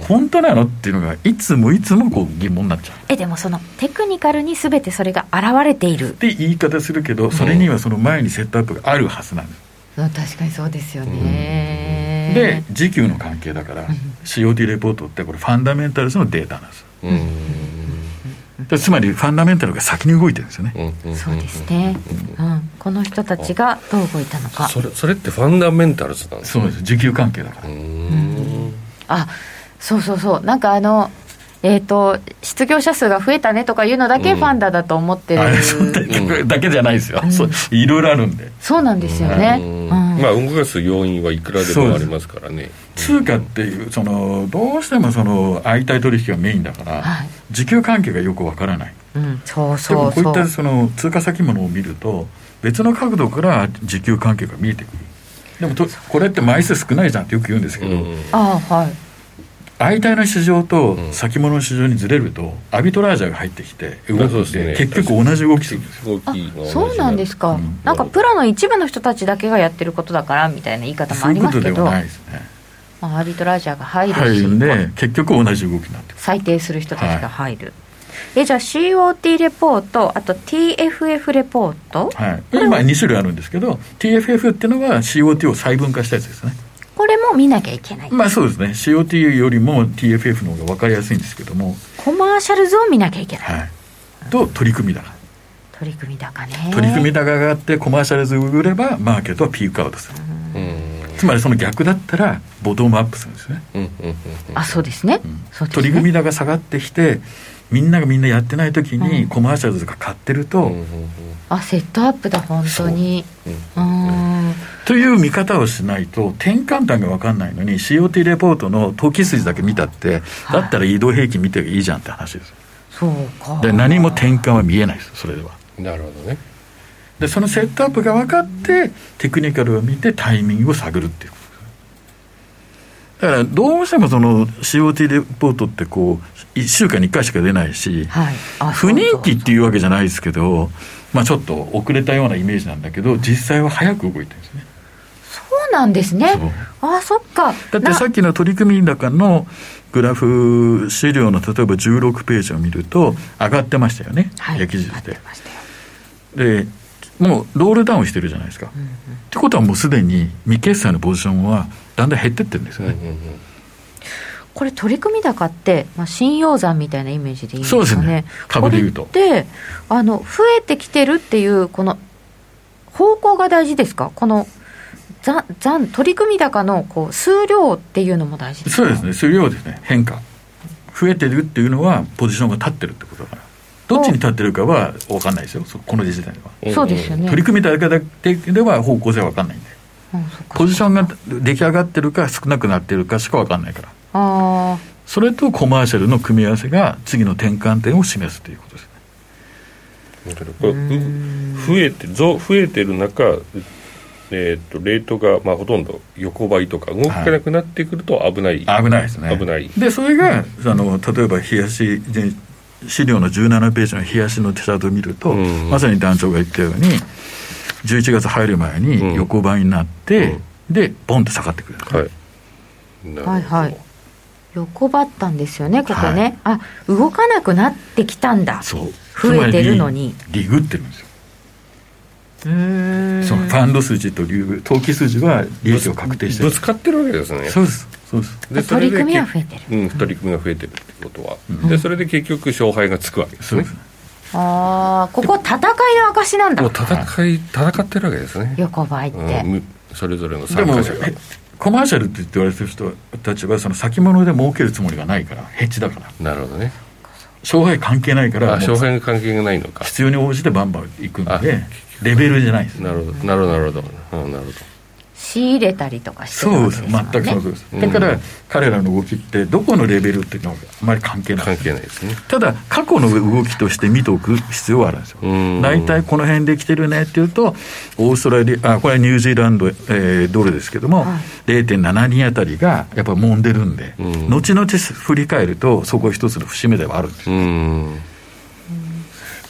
Speaker 3: 本当なのっていうのがいつもいつもこう疑問になっちゃう
Speaker 1: えでもそのテクニカルに全てそれが現れている
Speaker 3: って言い方するけどそれにはその前にセットアップがあるはずなんです、
Speaker 1: 確かにそうですよね
Speaker 3: で時給の関係だから、COD レポートってこれファンダメンタルズのデータなんですでつまりファンダメンタルが先に動いてるんですよね、
Speaker 1: そうですね、うん、この人たちがどう動いたのか
Speaker 2: それそれってファンダメンタルズなんです
Speaker 3: そうです時給関係だから、
Speaker 2: うーん
Speaker 1: あそうそうそうなんかあのえっ、と失業者数が増えたねとかいうのだけ
Speaker 2: うん
Speaker 1: ファンダだと思ってる、
Speaker 3: あれそんだけだけじゃないですよ、そういろいろあるんで
Speaker 1: そうなんですよね、うん
Speaker 2: まあ動かす要因はいくらでもありますからね
Speaker 3: 通貨っていうそのどうしてもその相対取引がメインだから、
Speaker 1: はい
Speaker 3: 時給関係がよくわからない
Speaker 1: うん、そう
Speaker 3: で
Speaker 1: そ
Speaker 3: も
Speaker 1: う
Speaker 3: こうい
Speaker 1: そ
Speaker 3: っ
Speaker 1: う
Speaker 3: たその通貨先物を見ると別の角度から時給関係が見えてくるでもとこれって枚数少ないじゃんってよく言うんですけど、
Speaker 2: うん
Speaker 1: あはい
Speaker 3: 相対の市場と
Speaker 2: ん
Speaker 3: 先物の市場にずれるとアビトラージャーが入ってきて動
Speaker 2: そう
Speaker 3: く
Speaker 2: で
Speaker 3: ん
Speaker 2: す
Speaker 3: で
Speaker 2: ね
Speaker 3: 結局同じ動きするんですよ
Speaker 2: 動
Speaker 1: あ
Speaker 2: きが同じ
Speaker 1: そうなんですか、
Speaker 3: うん
Speaker 1: なんかプロの一部の人たちだけがやってることだからみたいな言い方も
Speaker 3: そう
Speaker 1: あ
Speaker 3: い
Speaker 1: り
Speaker 3: うこ
Speaker 1: ま
Speaker 3: と
Speaker 1: す
Speaker 3: で
Speaker 1: けど
Speaker 3: はないですね
Speaker 1: まあ、アービトラージャーが入るし、
Speaker 3: 入るんで結局同じ動きになってくる
Speaker 1: 裁定する人たちが入る、えじゃあ COT レポートあと TFF レポート、
Speaker 3: はい、今2種類あるんですけど TFF っていうのは COT を細分化したやつですね
Speaker 1: これも見なきゃいけない、
Speaker 3: まあそうですね COT よりも TFF の方が分かりやすいんですけども、
Speaker 1: コマーシャルズを見なきゃいけない、
Speaker 3: はい、と取り組み高
Speaker 1: 取り組み高ね
Speaker 3: 取り組み高があってコマーシャルズ売ればマーケットはピークアウトする
Speaker 2: うん
Speaker 3: つまりその逆だったらボトムアップするんですね
Speaker 2: うんうん
Speaker 1: あそうですね、そうですね
Speaker 3: 取り組み高が下がってきてみんながみんなやってない時にコマーシャルズが買ってると、
Speaker 2: うんうんうん
Speaker 1: あセットアップだ本当に
Speaker 2: そ
Speaker 1: う
Speaker 2: う
Speaker 1: ーん
Speaker 3: という見方をしないと転換点が分かんないのに COT レポートの投機筋だけ見たってだったら移動平均見ていいじゃんって話です
Speaker 1: そうか
Speaker 3: で何も転換は見えないですそれでは
Speaker 2: うんなるほどね
Speaker 3: でそのセットアップが分かってテクニカルを見てタイミングを探るっていうことだからどうしてもその COT レポートってこう1週間に1回しか出ないし
Speaker 1: はいあ
Speaker 3: 不人気
Speaker 1: そう
Speaker 3: っていうわけじゃないですけどまあちょっと遅れたようなイメージなんだけど実際は早く動いてるんですね
Speaker 1: そうそうなんですねあそっか
Speaker 3: だってさっきの取り組み高のグラフ資料の例えば16ページを見ると上がってましたよね、
Speaker 1: なはい
Speaker 3: 焼
Speaker 1: 合
Speaker 3: き
Speaker 1: っ
Speaker 3: 印
Speaker 1: て
Speaker 3: で
Speaker 1: ましたよ
Speaker 3: でもうロールダウンしてるじゃないですか、ってことはもうすでに未決済のポジションはだんだん減ってってるんです
Speaker 2: うん
Speaker 3: よ
Speaker 2: うん
Speaker 3: ね、
Speaker 1: これ取り組み高って、まあ、信用山みたいなイメージでいいんですかね
Speaker 3: そうですね株で言うと
Speaker 1: これってあの増えてきてるっていうこの方向が大事ですかこのざざん取り組み高のこう数量っていうのも大事ですか
Speaker 3: そうですねそれ量ですね変化増えてるっていうのはポジションが立ってるってことだからどっちに立ってるかは分かんないですよそこの時点では、
Speaker 2: うん
Speaker 1: そうですよね
Speaker 3: 取り組み高だけでは方向性は分かんないんで
Speaker 1: うんそっか
Speaker 3: ポジションが出来上がってるか少なくなってるかしか分かんないから
Speaker 1: あー
Speaker 3: それとコマーシャルの組み合わせが次の転換点を示すということですね
Speaker 2: だからこれう増えて増増えてる中えー、とレートが、まあ、ほとんど横ばいとか動かなくなってくると危ない、
Speaker 3: 危ないですね
Speaker 2: 危ない
Speaker 3: でそれがあの例えば冷やしで資料の17ページの冷やしの手ャートを見ると、
Speaker 2: うん
Speaker 3: まさに団長が言ったように11月入る前
Speaker 2: うん
Speaker 3: に横ばいになって、でボンと下がってくる、
Speaker 2: はいなるほど
Speaker 1: はいはい横ばったんですよねここね、あ動かなくなってきたんだ
Speaker 3: そう
Speaker 1: 増えてるのに
Speaker 3: つまりリグってるんですよ
Speaker 1: うーん
Speaker 3: そのファンド筋とリグ投機筋は利益を確定してる
Speaker 2: ぶつかってるわけですね
Speaker 3: そうですそうです
Speaker 2: でそ
Speaker 1: 取
Speaker 2: れ
Speaker 1: り
Speaker 2: で
Speaker 1: 組みは増えてる
Speaker 2: うん、取り組みが増えてるってことは、でそれで結局勝敗がつくわけです
Speaker 3: そう
Speaker 2: ね
Speaker 3: です、
Speaker 1: ああここ戦いの証なんだ
Speaker 2: もう戦い戦ってるわけですね、
Speaker 1: 横ばいって、
Speaker 2: うんむ、それぞれの
Speaker 3: で
Speaker 2: 参
Speaker 3: も
Speaker 2: 加者が
Speaker 3: えコマーシャルって言って言われてる人たちはその先物で儲けるつもりがないからヘッジだから
Speaker 2: なるほどね
Speaker 3: 勝敗関係ないか
Speaker 2: あ
Speaker 3: らもう
Speaker 2: 勝敗が関係がないのか
Speaker 3: 必要に応じてバンバン行くん
Speaker 2: あ
Speaker 3: でレベルじゃないです
Speaker 2: なるほどなるほどなるほど、うん、なるほど
Speaker 1: 仕入れたりとかしてる
Speaker 3: そう
Speaker 1: わ
Speaker 3: で
Speaker 1: け
Speaker 3: す
Speaker 1: です
Speaker 3: 全
Speaker 1: もんね
Speaker 3: くその通りです、
Speaker 2: うん
Speaker 3: だから彼らの動きってどこのレベルっていうのはあまり関係ない
Speaker 2: 関係ないですね
Speaker 3: ただ過去の動きとして見ておく必要はあるんですよ
Speaker 2: うん
Speaker 3: 大体この辺で来てるねっていうとオーストラリアあこれはニュージーランド、えードルですけども、0.72あたりがやっぱ揉んでるんで、
Speaker 2: うん
Speaker 3: 後々振り返るとそこ一つの節目ではあるんですよ
Speaker 2: うん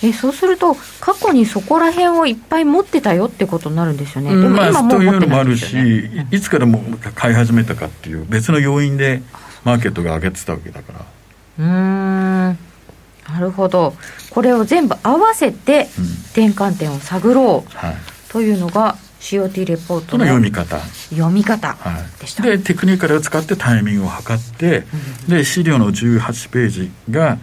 Speaker 1: えそうすると過去にそこら辺をいっぱい持ってたよってことになるんですよね、
Speaker 3: うん
Speaker 1: でも
Speaker 3: まあ、
Speaker 1: も
Speaker 3: というのもあ
Speaker 1: ん
Speaker 3: る
Speaker 1: です
Speaker 3: し、
Speaker 1: よね
Speaker 3: いつからもう買い始めたかっていう別の要因でマーケットが上げてたわけだから、
Speaker 1: うーんなるほどこれを全部合わせて
Speaker 3: うん
Speaker 1: 転換点を探ろう
Speaker 3: はい、
Speaker 1: というのが COT レポー
Speaker 3: そ
Speaker 1: ト
Speaker 3: の
Speaker 1: の
Speaker 3: 読み方、
Speaker 1: 読み方
Speaker 3: は
Speaker 1: でした、
Speaker 3: い、でテクニカルを使ってタイミングを測って、で資料の18ページが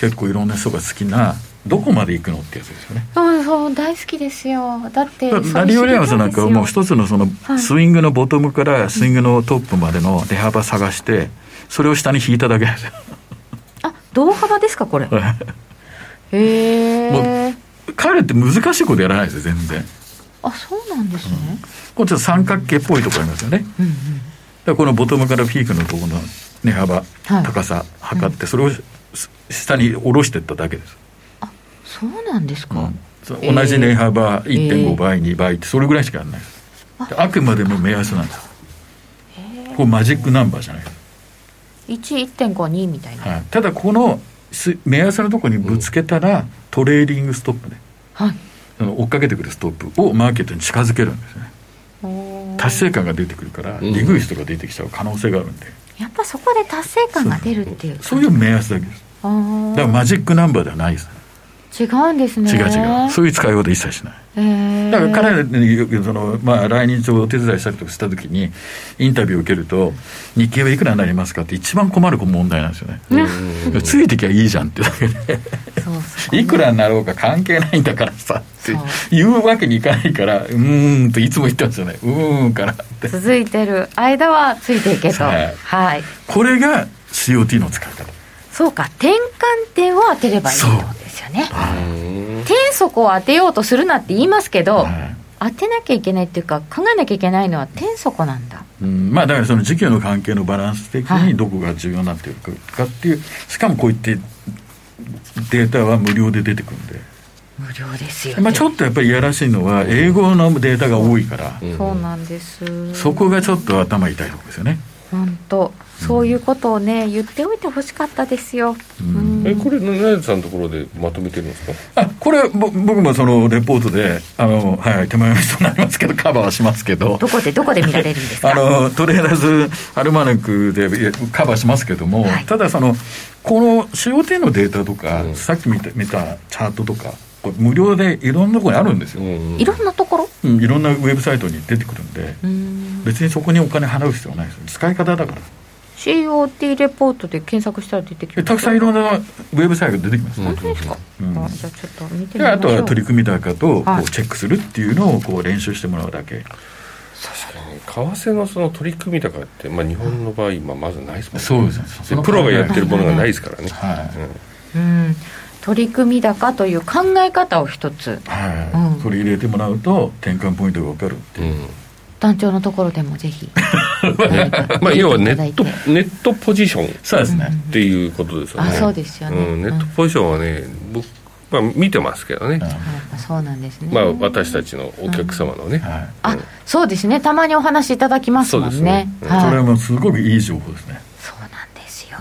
Speaker 3: 結構いろんな人が好きなどこまで行くのってやつですよね
Speaker 1: そうそう大好きですよだって
Speaker 3: だラリオ・レアムスなんかはもう一つのその
Speaker 1: はい
Speaker 3: スイングのボトムからスイングのトップまでの出幅探してそれを下に引いただけですよ
Speaker 1: あ同幅ですかこれへ
Speaker 3: も
Speaker 1: え
Speaker 3: 彼って難しいことやらないですよ全然
Speaker 1: あそうなんですね、
Speaker 3: これちょっと三角形っぽいとこありますよねだか
Speaker 1: うんうん
Speaker 3: らこのボトムからピークのところの値幅、
Speaker 1: はい
Speaker 3: 高さ測ってそれをす下に下ろしていっただけです、
Speaker 1: そうなんですか、
Speaker 3: そう同じ値幅
Speaker 1: えー
Speaker 3: 1.5倍、2倍ってそれぐらいしかやらないであくまでも目安なんですこれマジックナンバーじゃないです
Speaker 1: 11.52みたいな
Speaker 3: はい、ただこのす目安のところにぶつけたら、トレーリングストップね
Speaker 1: はい
Speaker 3: その追っかけてくるストップをマーケットに近づけるんですね
Speaker 1: おー
Speaker 3: 達成感が出てくるから
Speaker 2: うん
Speaker 3: リグイストが出てきちゃう可能性があるんで、
Speaker 1: やっぱそこで達成感が出るっていう
Speaker 3: そういう目安だけです
Speaker 1: あ
Speaker 3: だ
Speaker 1: ー
Speaker 3: からマジックナンバーではないです、
Speaker 1: 違うんですね
Speaker 3: 違う違うそういう使い方一切しない
Speaker 1: えー
Speaker 3: だから彼によくその、まあ、来日をお手伝いしたりとかした時にインタビューを受けると日経はいくらになりますかって一番困る問題なんですよね、ついてきゃいいじゃんってだけで
Speaker 1: そうそ
Speaker 3: いくらになろうか関係ないんだからさって
Speaker 1: そう
Speaker 3: 言うわけにいかないからうーんといつも言ってますよねうーんからって
Speaker 1: う続いてる間はついていけと
Speaker 3: はい
Speaker 1: はい
Speaker 3: これが COT の使い方
Speaker 1: そうか転換点を当てればいいってことですよね
Speaker 2: うん
Speaker 1: 天速を当てようとするなって言いますけど、
Speaker 3: はい
Speaker 1: 当てなきゃいけないっていうか考えなきゃいけないのは天底なんだ
Speaker 3: うんまあだからその時給の関係のバランス的
Speaker 1: はい
Speaker 3: にどこが重要になっているかっていうしかもこういってデータは無料で出てくるんで、
Speaker 1: 無料ですよ、ね
Speaker 3: まあ、ちょっとやっぱりいやらしいのは英語のデータが多いから
Speaker 1: そうなんです
Speaker 3: そこがちょっと頭痛いところですよね
Speaker 1: 本当そういうことをね言っておいてほしかったですよ、うん
Speaker 2: えこれななぜさんのところでまとめてるんですか
Speaker 3: あこれぼ僕もそのレポートであの、はいはい、手前味噌になりますけど カバーはしますけど
Speaker 1: どこでどこで見られるんですか
Speaker 3: あのトレーラーズアルマネックでいやカバーしますけども、
Speaker 1: はい
Speaker 3: ただそのこの COT のデータとか、
Speaker 2: うん
Speaker 3: さっき見た見たチャートとかこれ無料でいろんなところにあるんです
Speaker 2: う
Speaker 3: よ、
Speaker 2: ん
Speaker 1: いろんなところ
Speaker 3: うんいろんなウェブサイトに出てくるんで
Speaker 1: うん
Speaker 3: 別にそこにお金払う必要はないですよ使い方だから
Speaker 1: COT レポートで検索したら出てきま
Speaker 3: ですたくさんいろんなウェブサイトが出てきます、
Speaker 2: うん
Speaker 1: 本当ですか、
Speaker 3: うん
Speaker 1: あじゃあちょっと見てみ
Speaker 3: で
Speaker 1: ましょう
Speaker 3: あとは取り組み高とこ
Speaker 1: はいう
Speaker 3: チェックするっていうのをこう練習してもらうだけ、
Speaker 2: 為替のその取り組みとかって、まあ、日本の場合、まあ、まずないですもんね
Speaker 3: そうですねその
Speaker 2: プロがやってるものがないですからね、
Speaker 3: は
Speaker 1: う
Speaker 3: い
Speaker 1: ん取り組み高という考え方を一つ
Speaker 3: はい、
Speaker 1: うん
Speaker 3: 取り入れてもらうと転換ポイントが分かるって
Speaker 2: う
Speaker 3: いうん
Speaker 1: 団長のところでもぜ ひ
Speaker 2: まあ、要はネ
Speaker 1: い
Speaker 2: ッ
Speaker 1: た
Speaker 2: ト
Speaker 1: だい
Speaker 2: ネットポジションっ
Speaker 3: そうですね、
Speaker 2: ていうことですよね
Speaker 1: あそうですよね
Speaker 2: うんネットポジションはね僕、まあ、見てますけどね、
Speaker 3: うん
Speaker 1: やっぱそうなんですね
Speaker 2: まあ、私たちのお客様のね、
Speaker 3: はい
Speaker 1: あそうですねたまにお話いただきますもんね
Speaker 2: そうですねうん
Speaker 1: はい
Speaker 3: それはもうすごくいい情報ですね。
Speaker 1: そうなんですよ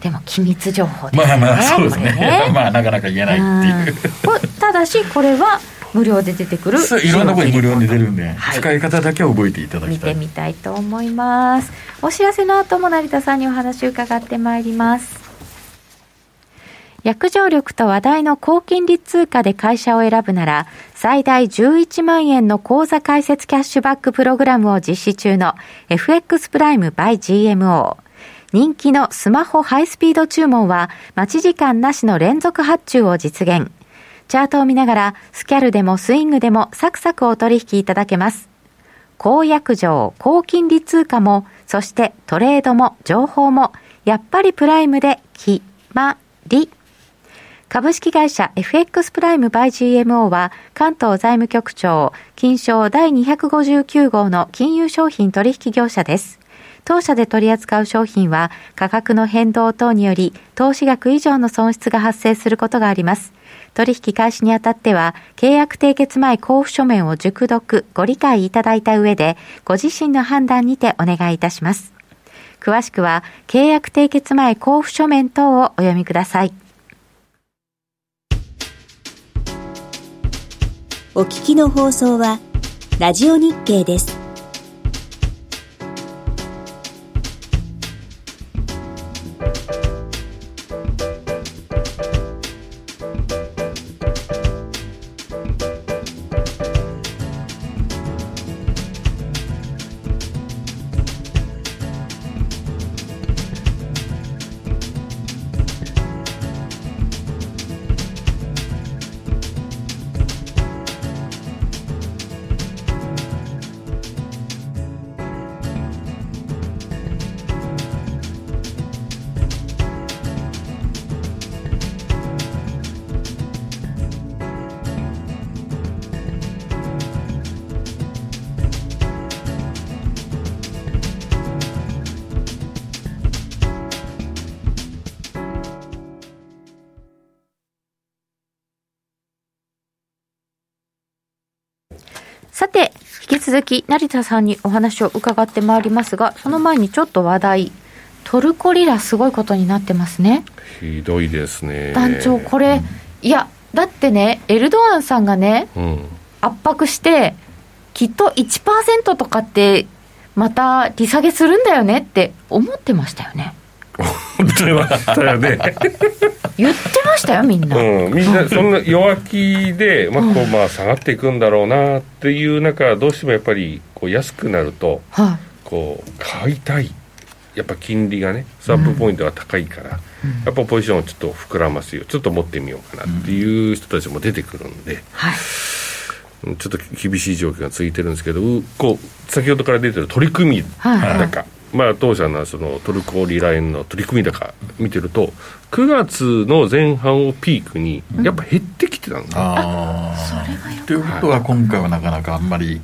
Speaker 1: でも機密情報ですよね
Speaker 3: まあまあ、そうですね。
Speaker 1: これね
Speaker 3: まあ、なかなか言えないっていう。
Speaker 1: うんこただしこれは無料で出てくる
Speaker 3: そういろんなことに無料に出るんで、
Speaker 1: はい
Speaker 3: 使い方だけは覚えていただき
Speaker 1: 見
Speaker 3: た
Speaker 1: て
Speaker 3: い。
Speaker 1: みたいと思いますお知らせの後も成田さんにお話を伺ってまいります約定力と話題の高金利通貨で会社を選ぶなら、最大11万円の口座開設キャッシュバックプログラムを実施中の FX プライム by GMO。人気のスマホハイスピード注文は、待ち時間なしの連続発注を実現。チャートを見ながら、スキャルでもスイングでもサクサクお取引いただけます。公約上、高金利通貨も、そしてトレードも情報も、やっぱりプライムで決まり。株式会社 FX プライムバイ GMO は関東財務局長金賞第259号の金融商品取引業者です。当社で取り扱う商品は価格の変動等により投資額以上の損失が発生することがあります。取引開始にあたっては契約締結前交付書面を熟読ご理解いただいた上でご自身の判断にてお願いいたします。詳しくは契約締結前交付書面等をお読みください。
Speaker 4: お聞きの放送はラジオ日経です。
Speaker 1: さて、引き続き成田さんにお話を伺ってまいりますが、その前にちょっと話題、トルコリラすごいことになってますね。
Speaker 2: ひどいですね
Speaker 1: 団長、これ、いや、だってね、エルドアンさんがね、
Speaker 2: うん
Speaker 1: 圧迫して、きっと1%とかって、また利下げするんだよねって思ってましたよね。
Speaker 2: 本当にました よね、
Speaker 1: 言ってましたよ、みんな。
Speaker 2: うん、みんなそんな弱気で、まあこうまあ、下がっていくんだろうなっていう中どうしてもやっぱりこう安くなると
Speaker 1: はい、
Speaker 2: こう買いたいやっぱ金利がねスワップポイントが高いから、やっぱポジションをちょっと膨らますよちょっと持ってみようかなっていう人たちも出てくるんで、
Speaker 1: はい。
Speaker 2: うんちょっと厳しい状況が続いてるんですけどうこう先ほどから出てる取り組み高、
Speaker 1: はいはい
Speaker 2: まあ、当社のそのトルコリラ円の取り組み高見てると9月の前半をピークにやっぱ減ってきてたんです、
Speaker 3: ああということは今回はなかなかあんまり、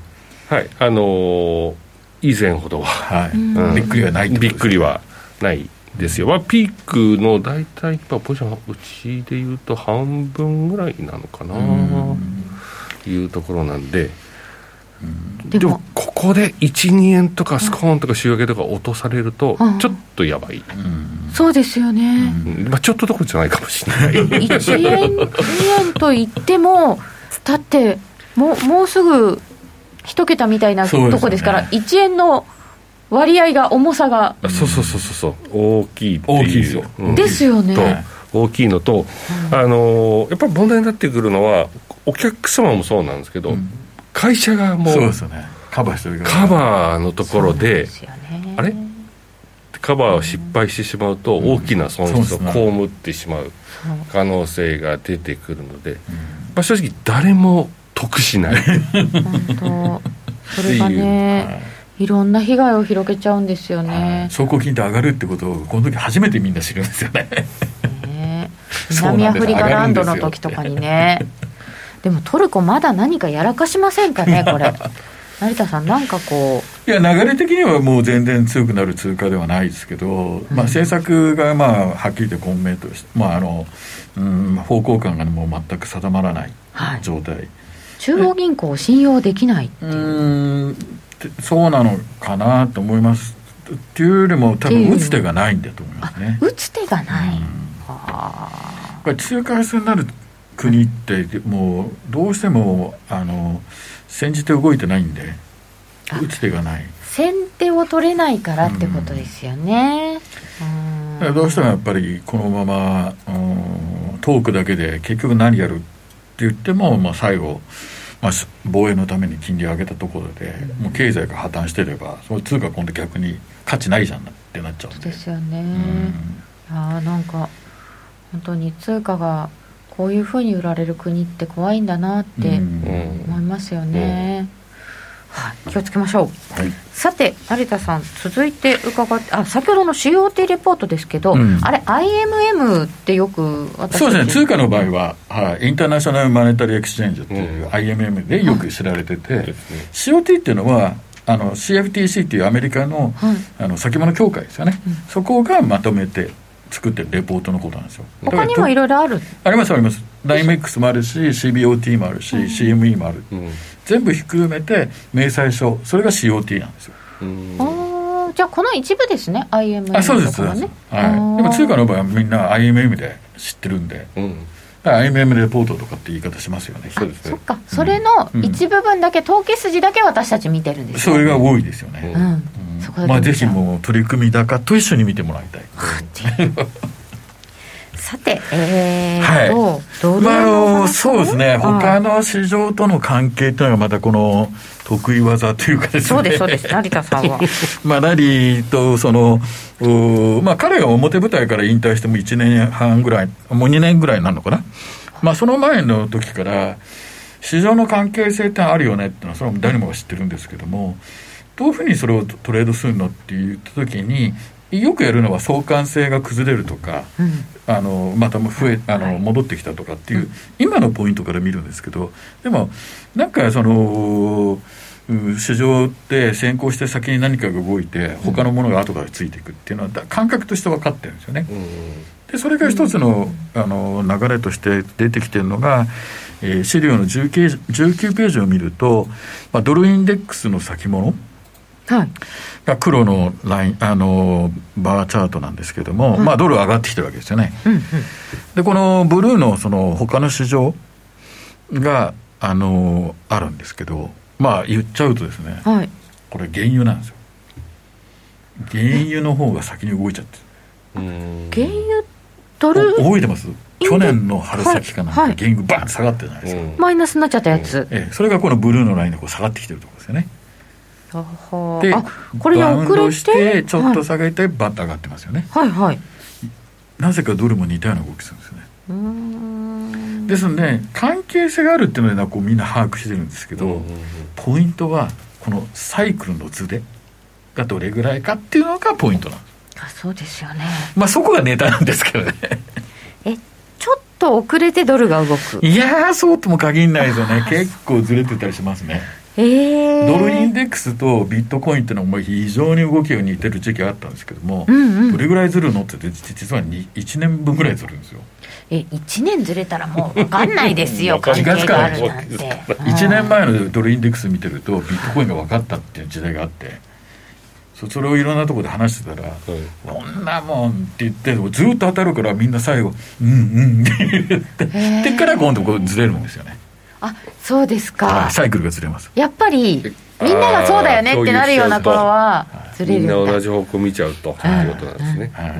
Speaker 2: はいあのー以前ほどは、
Speaker 3: はい
Speaker 2: うん
Speaker 3: びっくりはないってこと
Speaker 2: び
Speaker 3: です
Speaker 2: っくりはないですよ、まあ、ピークの大体まあポジションうちでいうと半分ぐらいなのかないうところなんで、
Speaker 1: で
Speaker 2: で
Speaker 1: も
Speaker 2: もここで12円とかスコーンとか週明けとか落とされると
Speaker 1: うん
Speaker 2: ちょっとやばい、
Speaker 1: そうですよね。
Speaker 2: うんまあ、ちょっとどころじゃないかもしれない
Speaker 1: 1円、2円と言っても、だって、もうもうすぐ一桁みたいな
Speaker 3: そうですよね
Speaker 1: とこですから、1円の割合が、重さが、
Speaker 2: あそうそうそうそうそう大きいっていう
Speaker 3: 大きいですよ
Speaker 2: うん
Speaker 1: ですよ
Speaker 2: と
Speaker 1: ね。
Speaker 2: 大きいのと、あのーやっぱり問題になってくるのはお客様もそうなんですけ
Speaker 3: う
Speaker 2: ど、
Speaker 3: ん
Speaker 2: 会社側も
Speaker 3: そうですよねカバーしてるから
Speaker 2: カバーのところで
Speaker 1: ですよね
Speaker 2: あれカバーを失敗してしまうと大きな損失を
Speaker 3: そうですね
Speaker 2: 被ってしまう可能性が出てくるので、まあ、正直誰も得しない
Speaker 1: 本当それがねいろんな被害を広げちゃうんですよ
Speaker 3: はい
Speaker 1: ね,
Speaker 3: 走行金って上がるってことをこの時初めてみんな知るんですよね
Speaker 1: ね
Speaker 3: そう
Speaker 1: 南ア
Speaker 3: なんで
Speaker 1: フ
Speaker 3: す
Speaker 1: リカランドの時とかにねでもトルコまだ何かやらかしませんかねこ れ成田さんなんかこ
Speaker 3: いや流れ的にはもう全然強くなる通貨ではないですけど、まあ、政策がまあはっきりと混迷として、まああのうん、方向感がもう全く定まらない
Speaker 1: はい
Speaker 3: 状態、
Speaker 1: う中央銀行を信用できない、
Speaker 3: うんてそうなのかなと思いますっていうよりも多分打つ手がないんだと思いますね
Speaker 1: 打つ手がない、
Speaker 3: うん
Speaker 1: はあ
Speaker 3: やっぱり通貨安になる国ってもうどうしてもあの先じて動いてないんで
Speaker 1: あ
Speaker 3: 打つ手がない
Speaker 1: 先手を取れないからってことですよね、うん
Speaker 3: だからどうしてもやっぱりこのままうんトークだけで結局何やるって言っても、まあ、最後、まあ、し防衛のために金利を上げたところでもう経済が破綻してればその通貨今度逆に価値ないじゃんってなっちゃうん
Speaker 1: そう
Speaker 3: で
Speaker 1: ですよね、
Speaker 3: うん
Speaker 1: いやーなんか本当に通貨がこういうふうに売られる国って怖いんだなっ
Speaker 3: う
Speaker 1: て
Speaker 3: ん
Speaker 1: 思いますよね、はい、気をつけましょう
Speaker 3: はい
Speaker 1: さて有田さん続いて伺ってあ先ほどの COT レポートですけど、
Speaker 3: うん
Speaker 1: あれ IMM ってよく私たち
Speaker 3: そうですね通貨の場合は、はい、インターナショナル・マネタリー・エクスチェンジっていう
Speaker 2: うん
Speaker 3: IMM でよく知られてて、
Speaker 2: ですね
Speaker 3: COT っていうのはあの CFTC っていうアメリカの,、
Speaker 1: はい
Speaker 3: あの先物協会ですよね、そこがまとめて作ってるレポートのことなんですよだから
Speaker 1: 他にもいろいろある
Speaker 3: ありますありますダイメックスもあるし CBOT もあるし、CME もある
Speaker 2: うん
Speaker 3: 全部ひっくるめて明細書それが COT なんですよ、
Speaker 2: うん
Speaker 1: あーじゃあこの一部ですね IMM
Speaker 3: あそうで
Speaker 1: と
Speaker 3: す
Speaker 1: か
Speaker 3: そう
Speaker 1: は
Speaker 3: です、
Speaker 1: ね
Speaker 3: はい、でも通貨
Speaker 1: の
Speaker 3: の場合はみんな IMM で知ってるんで
Speaker 2: うん
Speaker 3: IMM レポートとかって言い方しますよね
Speaker 2: そうです
Speaker 1: そ
Speaker 2: ね
Speaker 1: っか、それの一部分だけ、統計筋だけ私たち見てるんです
Speaker 3: そ
Speaker 1: よ
Speaker 3: れが多いですよね、
Speaker 1: う
Speaker 2: うん
Speaker 3: うん
Speaker 1: そこだけ見ちゃう
Speaker 3: まあ、ぜひもう取り組み高と一緒に見てもらいたい
Speaker 1: さて、えー
Speaker 3: はい
Speaker 1: とドル
Speaker 3: まあ、あ
Speaker 1: の
Speaker 3: のそうですね、他の市場との関係というのがまたこの得意技というかですね、
Speaker 1: そうですそうです成田さんは
Speaker 3: まあ、ラリーとその、おまあ、彼が表舞台から引退しても1年半ぐらい、もう2年ぐらいなのかな、まあ、その前の時から、市場の関係性ってあるよねってのは、それは誰もが知ってるんですけども、どういうふうにそれをトレードするのって言った時に、よくやるのは相関性が崩れるとか、
Speaker 1: うん
Speaker 3: あのまたも増えあの、
Speaker 1: はい
Speaker 3: 戻ってきたとかっていう、今のポイントから見るんですけどでもなんかそのうん市場って先行して先に何かが動いて他のものが後からついていくっていうのはだ感覚として分かってるんですよね。でそれが一つの,、あの流れとして出てきてるのが、えー資料の 19, 19ページを見ると、まあ、ドルインデックスの先物
Speaker 1: はい
Speaker 3: が黒のラインあのバーチャートなんですけども、まあ、ドル上がってきてるわけですよね。
Speaker 1: うんうん
Speaker 3: でこのブルーのその他の市場があのあるんですけどまあ言っちゃうとですね
Speaker 1: はい
Speaker 3: これ原油なんですよ原油の方が先に動いちゃって
Speaker 2: うん
Speaker 1: 原油ド
Speaker 3: るお
Speaker 1: ル
Speaker 3: 覚えてます去年の春先かなんか
Speaker 1: はいはい
Speaker 3: 原油バーンと下がってるじゃないですか、
Speaker 1: マイナスになっちゃったやつ、
Speaker 3: ええ、それがこのブルーのラインでこう下がってきてるところですよね
Speaker 1: あは
Speaker 3: で
Speaker 1: あこれに
Speaker 3: バウン
Speaker 1: 遅れ
Speaker 3: ド
Speaker 1: て
Speaker 3: してちょっと
Speaker 1: は
Speaker 3: 下げてバッと上がってますよね、
Speaker 1: い、はいはい
Speaker 3: なぜかドルも似たような動きするんですよね
Speaker 1: うーん
Speaker 3: ですので関係性があるっていうのはこうみんな把握してるんですけど、ポイントはこのサイクルの図でがどれぐらいかっていうのがポイントなんです
Speaker 1: あそうですよね
Speaker 3: まあそこがネタなんですけどね
Speaker 1: えちょっと遅れてドルが動く
Speaker 3: いやーそうとも限んないです よね結構ずれてたりしますね
Speaker 1: ええー、
Speaker 3: ドルインデックスとビットコインっていうのも非常に動きが似てる時期があったんですけども、
Speaker 1: うんうん
Speaker 3: どれぐらいずるのって言って実は1年分ぐらいずるんですよ
Speaker 1: え1年ずれたらもう分かんないですよ関
Speaker 3: 気
Speaker 1: 係
Speaker 3: がつ
Speaker 1: が
Speaker 3: か
Speaker 1: あ
Speaker 3: ない
Speaker 1: るなんて
Speaker 3: 1年前のドルインデックス見てるとビットコインが分かったっていう時代があってそそれをいろんなところで話してたら、こんなもんって言ってずっと当たるからみんな最後「うんうん」って言って
Speaker 1: へー
Speaker 3: でから今度こうずれるんですよね
Speaker 1: あそうです
Speaker 3: は
Speaker 1: か
Speaker 3: いサイクルがずれます
Speaker 1: やっぱりみんながそうだよねってなるような頃はずれ
Speaker 2: み
Speaker 1: る
Speaker 2: ん
Speaker 1: んだ
Speaker 2: な同じ方向見ちゃうとっていうことなんですね
Speaker 3: はい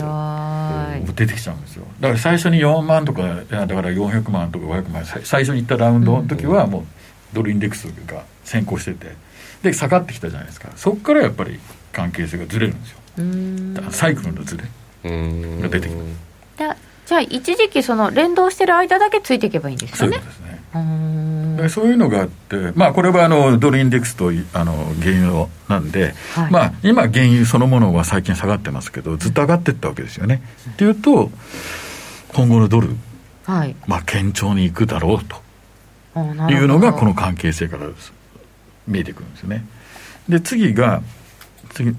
Speaker 1: 面白い
Speaker 3: 出てきちゃうんですよだから最初に4万とかいやだから400万とか500万さ最初に行ったラウンドの時はもうドルインデックスが先行しててで下がってきたじゃないですかそこからやっぱり関係性がずれるんですよ
Speaker 1: うーん
Speaker 3: だからサイクルのずれ
Speaker 2: うん
Speaker 3: が出てくる
Speaker 1: だじゃあ一時期その連動してる間だけついていけばいいんです
Speaker 3: そう
Speaker 1: よ
Speaker 3: いう
Speaker 1: ね
Speaker 3: ことですね
Speaker 1: うーん
Speaker 3: でそういうのがあって、まあ、これはあのドルインデックスといあの原油なんで、
Speaker 1: はい
Speaker 3: まあ、今、原油そのものは最近下がってますけど、ずっと上がっていったわけですよね。っていうと、今後のドル、
Speaker 1: はい
Speaker 3: まあ、堅調にいくだろう
Speaker 1: あな
Speaker 3: とい
Speaker 1: るほ
Speaker 3: う
Speaker 1: ど
Speaker 3: のが、この関係性からです見えてくるんですよね。で、次が、次、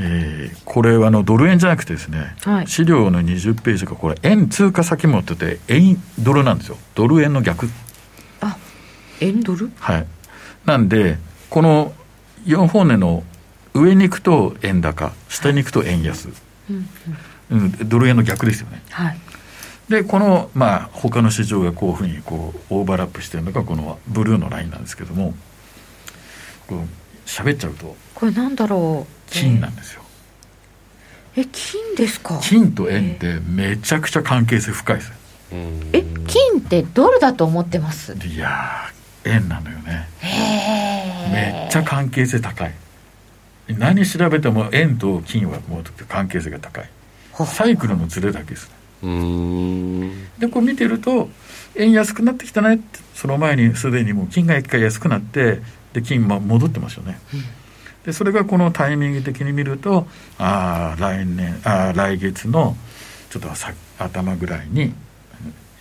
Speaker 3: えーこれはあのドル円じゃなくてですね、
Speaker 1: はい
Speaker 3: 資料の20ページがこれ、円通貨先物って言って、円ドルなんですよ。ドル円の逆。
Speaker 1: あ円ドル
Speaker 3: はい、なんで、この4本値の上に行くと円高、下に行くと円安、
Speaker 1: うんうん
Speaker 3: うん、ドル円の逆ですよね。
Speaker 1: はい
Speaker 3: で、この、まあ、他の市場がこういうふうにこうオーバーラップしてるのが、このブルーのラインなんですけども、こう喋っちゃうと、
Speaker 1: これなんだろう
Speaker 3: 金なんですよ。
Speaker 1: え金ですか
Speaker 3: 金と円ってめちゃくちゃ関係性深いですよ。
Speaker 1: え金ってドルだと思ってます
Speaker 3: でいやー、円なのよね。
Speaker 1: へ
Speaker 3: めっちゃ関係性高い何調べても円と金はもう関係性が高い
Speaker 1: ほう
Speaker 3: サイクルのズレだけです
Speaker 2: うん
Speaker 3: でこう見てると円安くなってきたねってその前にすでにもう金が一回安くなってで金も戻ってますよね、でそれがこのタイミング的に見るとああ来年ああ来月のちょっとさ頭ぐらいに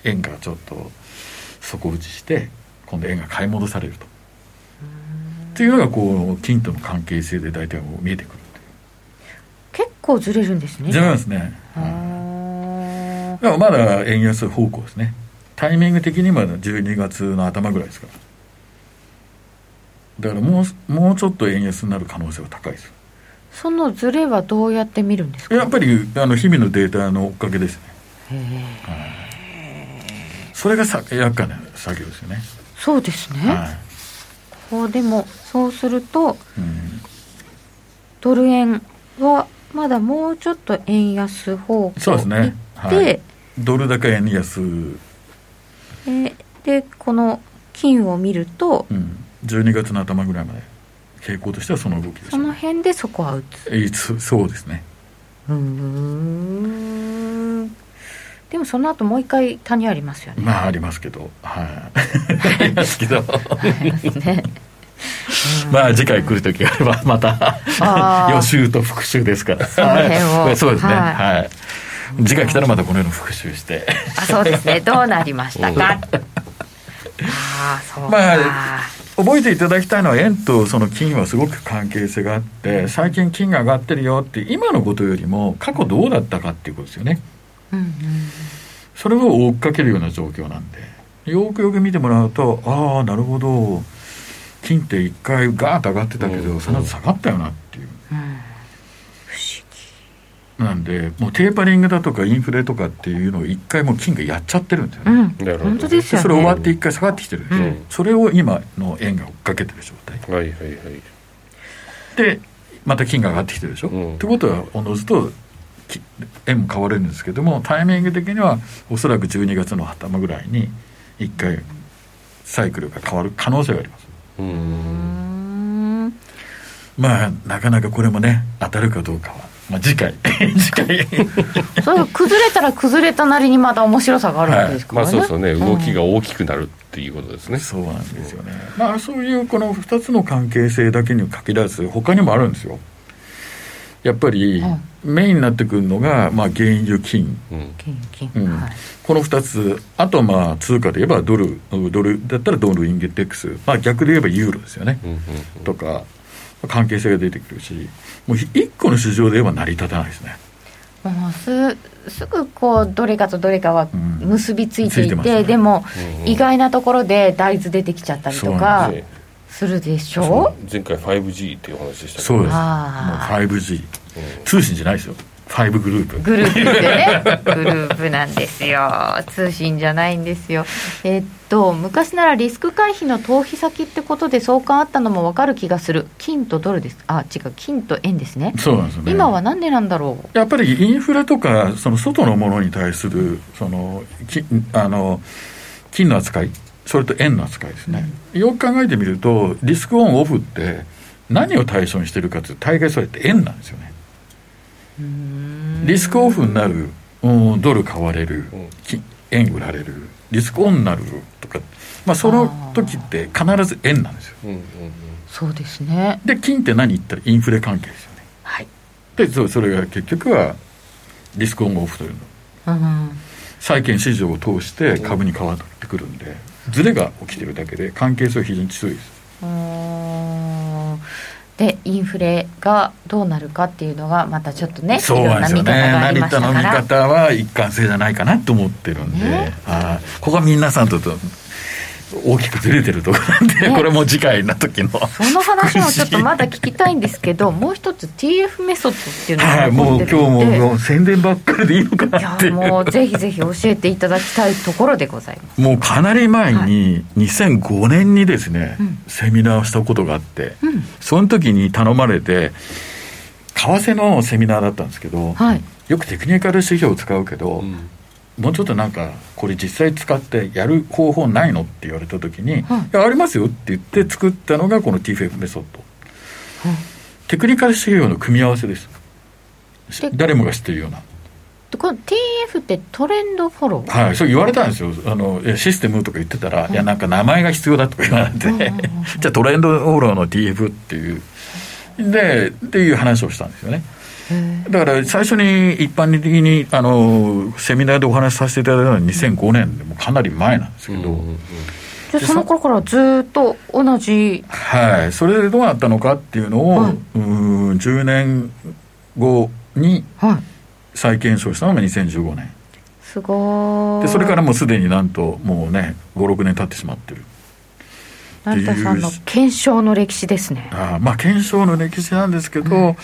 Speaker 3: 円がちょっと底打ちして今度円が買い戻されるとっていうのがこう金との関係性で大体もう見えてくる
Speaker 1: 結構ずれるんですね
Speaker 3: じゃあですね、
Speaker 1: あー
Speaker 3: でもまだ円安方向ですねタイミング的にまだ12月の頭ぐらいですからだからもうもうちょっと円安になる可能性は高いです
Speaker 1: そのズレはどうやって見るんですか
Speaker 3: やっぱりあの日々のデータのおかげですね
Speaker 1: へー
Speaker 3: それがさ厄介な作業ですよね、
Speaker 1: そうですね、
Speaker 3: は
Speaker 1: こうでもそうすると
Speaker 3: いうん、
Speaker 1: ドル円はまだもうちょっと円安方
Speaker 3: そう
Speaker 1: 向
Speaker 3: です
Speaker 1: に
Speaker 3: ね
Speaker 1: 行っ
Speaker 3: は
Speaker 1: て
Speaker 3: いドル高円安、うん、
Speaker 1: えーでこの金を見ると、
Speaker 3: 12月の頭ぐらいまで傾向としてはその動きでし
Speaker 1: そ
Speaker 3: ょ
Speaker 1: の
Speaker 3: う
Speaker 1: 辺でそこは打つ
Speaker 3: えいつそうですね
Speaker 1: うーんでもその後もう一回谷ありますよ ね
Speaker 3: まあありますけどはいありますけど
Speaker 1: ね
Speaker 3: まあ次回来る時があればまた
Speaker 1: あー
Speaker 3: 予習と復習ですからそ
Speaker 1: の辺を
Speaker 3: そうですね
Speaker 1: は
Speaker 3: はいい、次回来たらまたこのような復習して
Speaker 1: あそうですねどうなりましたかああそうか、
Speaker 3: まあ 覚えていただきたいのは円とその金はすごく関係性があって最近金が上がってるよって今のことよりも過去どうだったかっていうことですよね
Speaker 1: うんうん
Speaker 3: それを追っかけるような状況なんでよくよく見てもらうとああなるほど金って一回ガーッと上がってたけ
Speaker 2: う
Speaker 3: ど
Speaker 2: ん
Speaker 3: その後下がったよなっていう
Speaker 1: うん
Speaker 3: なんでもうテーパリングだとかインフレとかっていうのを一回もう金がやっちゃってるんですよね、
Speaker 1: うん、
Speaker 2: なるほど
Speaker 1: 本当です
Speaker 3: で
Speaker 1: よね
Speaker 3: それ終わって一回下がってきてるんですよ、
Speaker 2: うん
Speaker 3: それを今の円が追っかけてる状態
Speaker 2: はいはいはい
Speaker 3: でまた金が上がってきてるでしょ、
Speaker 2: うん
Speaker 3: ってことはおのずとき円も変われるんですけどもタイミング的にはおそらく12月の頭ぐらいに一回サイクルが変わる可能性があります
Speaker 2: うー
Speaker 1: うー
Speaker 2: ん
Speaker 1: ん
Speaker 3: まあなかなかこれもね当たるかどうかは、まあ、次回 次回
Speaker 1: それが崩れたら崩れたなりにまた面白さがあるわけですか
Speaker 2: ま
Speaker 1: ら
Speaker 2: あ
Speaker 1: ね、
Speaker 2: そうそうね動きが
Speaker 1: うん
Speaker 2: 大きくなるっていうことですね
Speaker 3: そうなんですよねまあそういうこの2つの関係性だけに限らず他にもあるんですよやっぱり
Speaker 1: はい
Speaker 3: メインになってくるのが、まあ、原油金
Speaker 2: うん
Speaker 1: 金金、
Speaker 3: うん
Speaker 1: はい
Speaker 3: この2つあとまあ通貨で言えばドルドルだったらドルインデックス、まあ、逆で言えばユーロですよね
Speaker 2: うんうん
Speaker 3: とか関係性が出てくるしもう1個の市場で言えば成り立たないですね
Speaker 1: もうすすぐこうどれかとどれかは
Speaker 3: うん
Speaker 1: 結びついてい
Speaker 3: つい
Speaker 1: て,、
Speaker 3: てますね
Speaker 1: でも、
Speaker 2: うんうん
Speaker 1: 意外なところで大豆出てきちゃったりと
Speaker 3: そうな
Speaker 1: か
Speaker 3: ん
Speaker 2: ですね
Speaker 1: するでし
Speaker 2: そ
Speaker 1: ょ
Speaker 2: う前回 5G っていうお話でしたけ
Speaker 3: そ
Speaker 2: ど
Speaker 3: うですもう
Speaker 1: あー
Speaker 3: 5G 通信じゃないですよ5グループ
Speaker 1: グループでねグループなんですよ通信じゃないんですよえっと昔ならリスク回避の逃避先ってことで相関あったのも分かる気がする金とドルですあ違う金と円ですね
Speaker 3: そうなんですよね
Speaker 1: 今はなんでなんだろう
Speaker 3: やっぱりインフレとかその外のものに対するそのきあの金の扱いそれと円の扱いですね、よく考えてみるとリスクオンオフって何を対象にしてるかっていうと大概それって円なんですよねリスクオフになる、うん、ドル買われる、
Speaker 2: うん
Speaker 3: き円売られるリスクオンになるとか、まあ、その時って必ず円なんですよ
Speaker 2: うんうん
Speaker 1: そうですね
Speaker 3: で金って何言ったらインフレ関係ですよね
Speaker 1: はい
Speaker 3: でそそれが結局はリスクオンオフというの
Speaker 1: うん
Speaker 3: 債券市場を通して株に変わってくるんで、ズレが起きてるだけで関係性は非常に強いです。
Speaker 1: うーんでインフレがどうなるかっていうのがまたちょっとねいろんな見方がありまし
Speaker 3: 成
Speaker 1: た
Speaker 3: 田の
Speaker 1: か
Speaker 3: 見
Speaker 1: ら
Speaker 3: 方は一貫性じゃないかなと思ってるんで、
Speaker 1: ね
Speaker 3: あーここは皆さんとと大きくずれてるところなんで、
Speaker 1: ね
Speaker 3: これも次回の時の。
Speaker 1: その話もちょっとまだ聞きたいんですけどもう一つ TF メソッドって
Speaker 3: はい、
Speaker 1: いうのが残
Speaker 3: も
Speaker 1: っ
Speaker 3: う
Speaker 1: て
Speaker 3: 今
Speaker 1: るの
Speaker 3: 日も
Speaker 1: で、
Speaker 3: もう宣伝ばっかりでいいのか
Speaker 1: い
Speaker 3: なってい
Speaker 1: や
Speaker 3: う
Speaker 1: もうぜひぜひ教えていただきたいところでございます
Speaker 3: もうかなり前に2005年にですね、
Speaker 1: うん
Speaker 3: セミナーをしたことがあって、
Speaker 1: うん
Speaker 3: その時に頼まれて為替のセミナーだったんですけど、
Speaker 1: はい
Speaker 3: よくテクニカル指標を使うけど、
Speaker 2: うんうん
Speaker 3: もうちょっとなんかこれ実際使ってやる方法ないのって言われた時に「
Speaker 1: はい
Speaker 3: いやありますよ」って言って作ったのがこの TFF メソッド、
Speaker 1: はい
Speaker 3: テクニカル指標の組み合わせですし
Speaker 1: で
Speaker 3: 誰もが知ってるような
Speaker 1: でこの TF ってトレンドフォロー、
Speaker 3: はい、そう言われたんですよあのえシステムとか言ってたら、いやなんか名前が必要だとか言われて、
Speaker 1: うんうんうん
Speaker 3: じゃあトレンドフォローの TF っていうでっていう話をしたんですよね
Speaker 1: へ
Speaker 3: だから最初に一般的にあのセミナーでお話しさせていただいたのは2005年でもうかなり前なんですけど、
Speaker 2: うんう
Speaker 1: ー
Speaker 2: ん
Speaker 1: じゃあその頃からずーっと同じ
Speaker 3: はいそれでどうなったのかっていうのを、
Speaker 1: はいう
Speaker 3: ーん10年後に
Speaker 1: はい
Speaker 3: 再検証したのが2015年
Speaker 1: すごー
Speaker 3: で
Speaker 1: い
Speaker 3: それからもうすでになんともうね56年経ってしまってる
Speaker 1: 成田さんの検証の歴史ですね
Speaker 3: ああまあ検証の歴史なんですけど、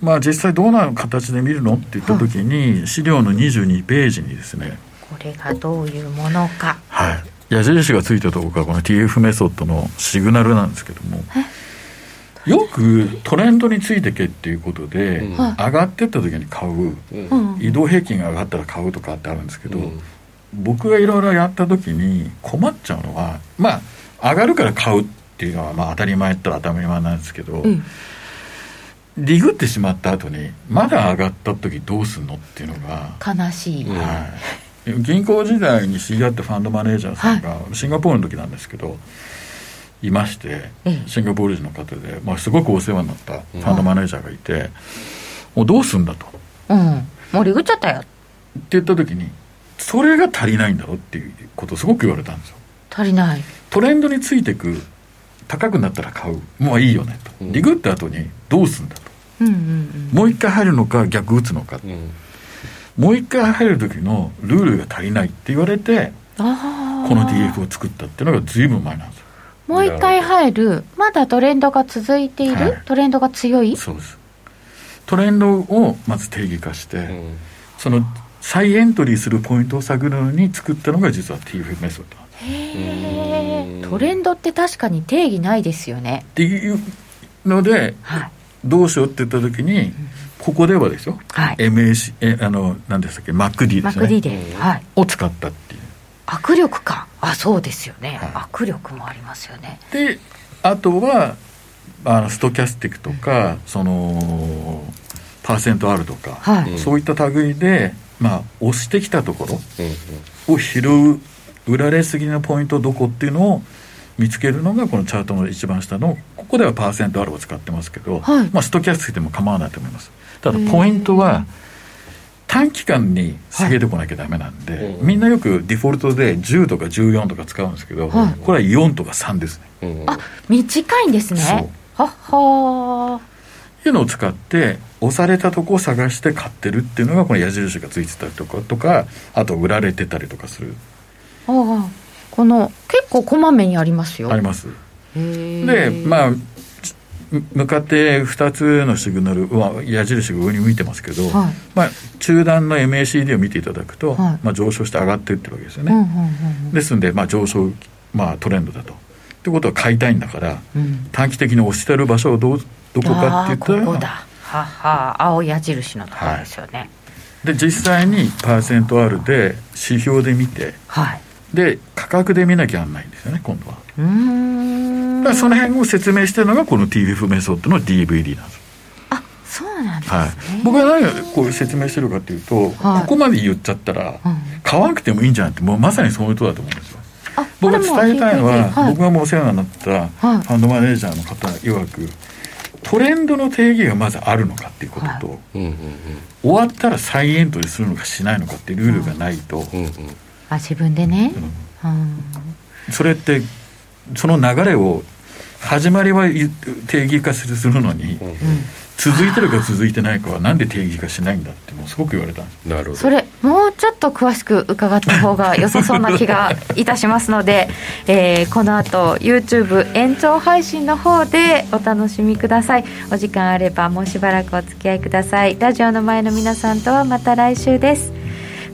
Speaker 3: まあ実際どうなる形で見るのって言った時に資料の22ページにですね
Speaker 1: これがどういうものか
Speaker 3: はい矢印がついてるところがこの TF メソッドのシグナルなんですけどもよくトレンドについてけっていうことで、
Speaker 2: うん
Speaker 3: 上がってった時に買う
Speaker 2: うん
Speaker 1: う
Speaker 2: うん
Speaker 1: ん
Speaker 3: 移動平均が上がったら買うとかってあるんですけど、
Speaker 2: うん
Speaker 3: 僕がいろいろやった時に困っちゃうのはまあ上がるから買うっていうのはまあ当たり前やったら当たり前なんですけど、
Speaker 1: うん
Speaker 3: リグってしまった後にまだ上がった時どうすんのっていうのが、
Speaker 1: 悲しい、
Speaker 2: うん
Speaker 3: はい、銀行時代に知り合ったファンドマネージャーさんがシンガポールの時なんですけどいまして
Speaker 1: ええ
Speaker 3: シンガポール人の方で、まあ、すごくお世話になったファンドマネージャーがいて「もうどうすんだ」と。
Speaker 1: うんもうリグっちゃったよ
Speaker 3: って言った時にそれが足りないんだろっていうことをすごく言われたんですよ
Speaker 1: 足りない
Speaker 3: トレンドについてく高くなったら買うもういいよねと、
Speaker 2: うん
Speaker 3: リグった後にどうすんだと
Speaker 1: うんうんうん
Speaker 3: もう一回入るのか逆打つのか、
Speaker 2: うん
Speaker 3: もう一回入る時のルールが足りないって言われて
Speaker 1: あー
Speaker 3: この DF を作ったっていうのが随分前なんですよ
Speaker 1: もう一回入るまだトレンドが続いている、
Speaker 3: はい
Speaker 1: トレンドが強い
Speaker 3: そうですトレンドをまず定義化して、
Speaker 2: うん
Speaker 3: その再エントリーするポイントを探るのに作ったのが実は TF メソッドなんで
Speaker 1: へ
Speaker 3: す
Speaker 2: う
Speaker 1: ー
Speaker 2: ん
Speaker 1: トレンドって確かに定義ないですよね
Speaker 3: っていうので
Speaker 1: はい
Speaker 3: どうしようって言った時に、ここではですよ、
Speaker 1: はい
Speaker 3: MAC えあの何でしたっけ MacD ですね
Speaker 1: MacD で、
Speaker 2: うん
Speaker 1: はい、
Speaker 3: を使ったっていう
Speaker 1: 握力感あそうですよね、
Speaker 3: はい
Speaker 1: 握力もありますよね
Speaker 3: であとはあのストキャスティックとか、そのパーセントあるとか、
Speaker 1: はい、
Speaker 2: うん
Speaker 3: そういった類で、まあ、押してきたとこ
Speaker 2: うん
Speaker 3: ろを拾う売られすぎのポイントどこっていうのを見つけるのがこのチャートの一番下のここではパーセントあるを使ってますけど、
Speaker 1: はい
Speaker 3: まあ、ストキャスティックでも構わないと思いますただ
Speaker 1: へー
Speaker 3: ポイントは短期間に下げてこなきゃダメなんで、
Speaker 2: はい
Speaker 3: みんなよくデフォルトで10とか14とか使うんですけど、
Speaker 1: はい
Speaker 3: これは4とか3ですね
Speaker 2: うんうん
Speaker 1: あ短いんですねはっは
Speaker 3: いうのを使って押されたとこを探して買ってるっていうのがこの矢印がついてたりとかとかあと売られてたりとかする
Speaker 1: ーああこの結構こまめにありますよ
Speaker 3: あります
Speaker 1: で
Speaker 3: でまあち向かって2つのシグナルは矢印が上に向いてますけど、
Speaker 1: はい
Speaker 3: まあ、中段の MACD を見ていただくと、
Speaker 1: はい
Speaker 3: まあ、上昇して上がっていってるわけですよ
Speaker 1: うんうん
Speaker 3: ね、ですんで、まあ、上昇、まあ、トレンドだとってことは買いたいんだから
Speaker 1: うんうんうん
Speaker 3: 短期的に押してる場所をどうどこかっていった
Speaker 1: あー
Speaker 3: ら
Speaker 1: ここだはっはー青矢印のところですよね
Speaker 3: で実際にパーセント R で指標で見て
Speaker 1: はい、
Speaker 3: で価格で見なきゃあんないんですよね今度は
Speaker 1: うーん
Speaker 3: だからその辺を説明してるのがこの TFF メソッドの DVD なんです、
Speaker 1: あそうなんですね、
Speaker 3: はい、僕は何をこう説明してるかというと、
Speaker 1: はい
Speaker 3: ここまで言っちゃったら、
Speaker 1: うん
Speaker 3: 買わなくてもいいんじゃないってもうまさにそういうことだと思うんですよ
Speaker 1: あ
Speaker 3: 僕が
Speaker 1: これも
Speaker 3: 伝えたいの
Speaker 1: DVD
Speaker 3: は、
Speaker 1: はい、
Speaker 3: 僕がもうお世話になったフ
Speaker 1: はい
Speaker 3: ァンドマネージャーの方曰くトレンドの定義がまずあるのかっていうことと、
Speaker 1: は
Speaker 2: うんうん
Speaker 3: 終わったら再エントリーするのかしないのかっていうルールがないと、
Speaker 2: うんうん
Speaker 1: あ自分でね、
Speaker 3: うん
Speaker 1: うん
Speaker 3: それってその流れを始まりは言定義化するするのに、
Speaker 2: うん
Speaker 3: 続いてるか続いてないかはなんで定義化しないんだってもうすごく言われたんです
Speaker 2: なるほど
Speaker 1: それもうちょっと詳しく伺った方が良さそうな気がいたしますので、 えーこの後 YouTube 延長配信の方でお楽しみくださいお時間あればもうしばらくお付き合いくださいラジオの前の皆さんとはまた来週です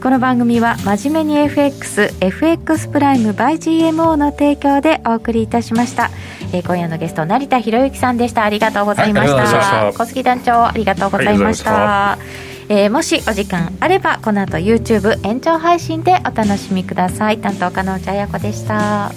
Speaker 1: この番組は真面目に FXFX プライム by GMO の提供でお送りいたしました、えー今夜のゲスト成田博之さんでしたありがとうございました、
Speaker 2: はいありがとうございました
Speaker 1: 小杉団長ありがとうございました、えーもしお時間あればこの後 YouTube 延長配信でお楽しみください担当加納茶彩子でした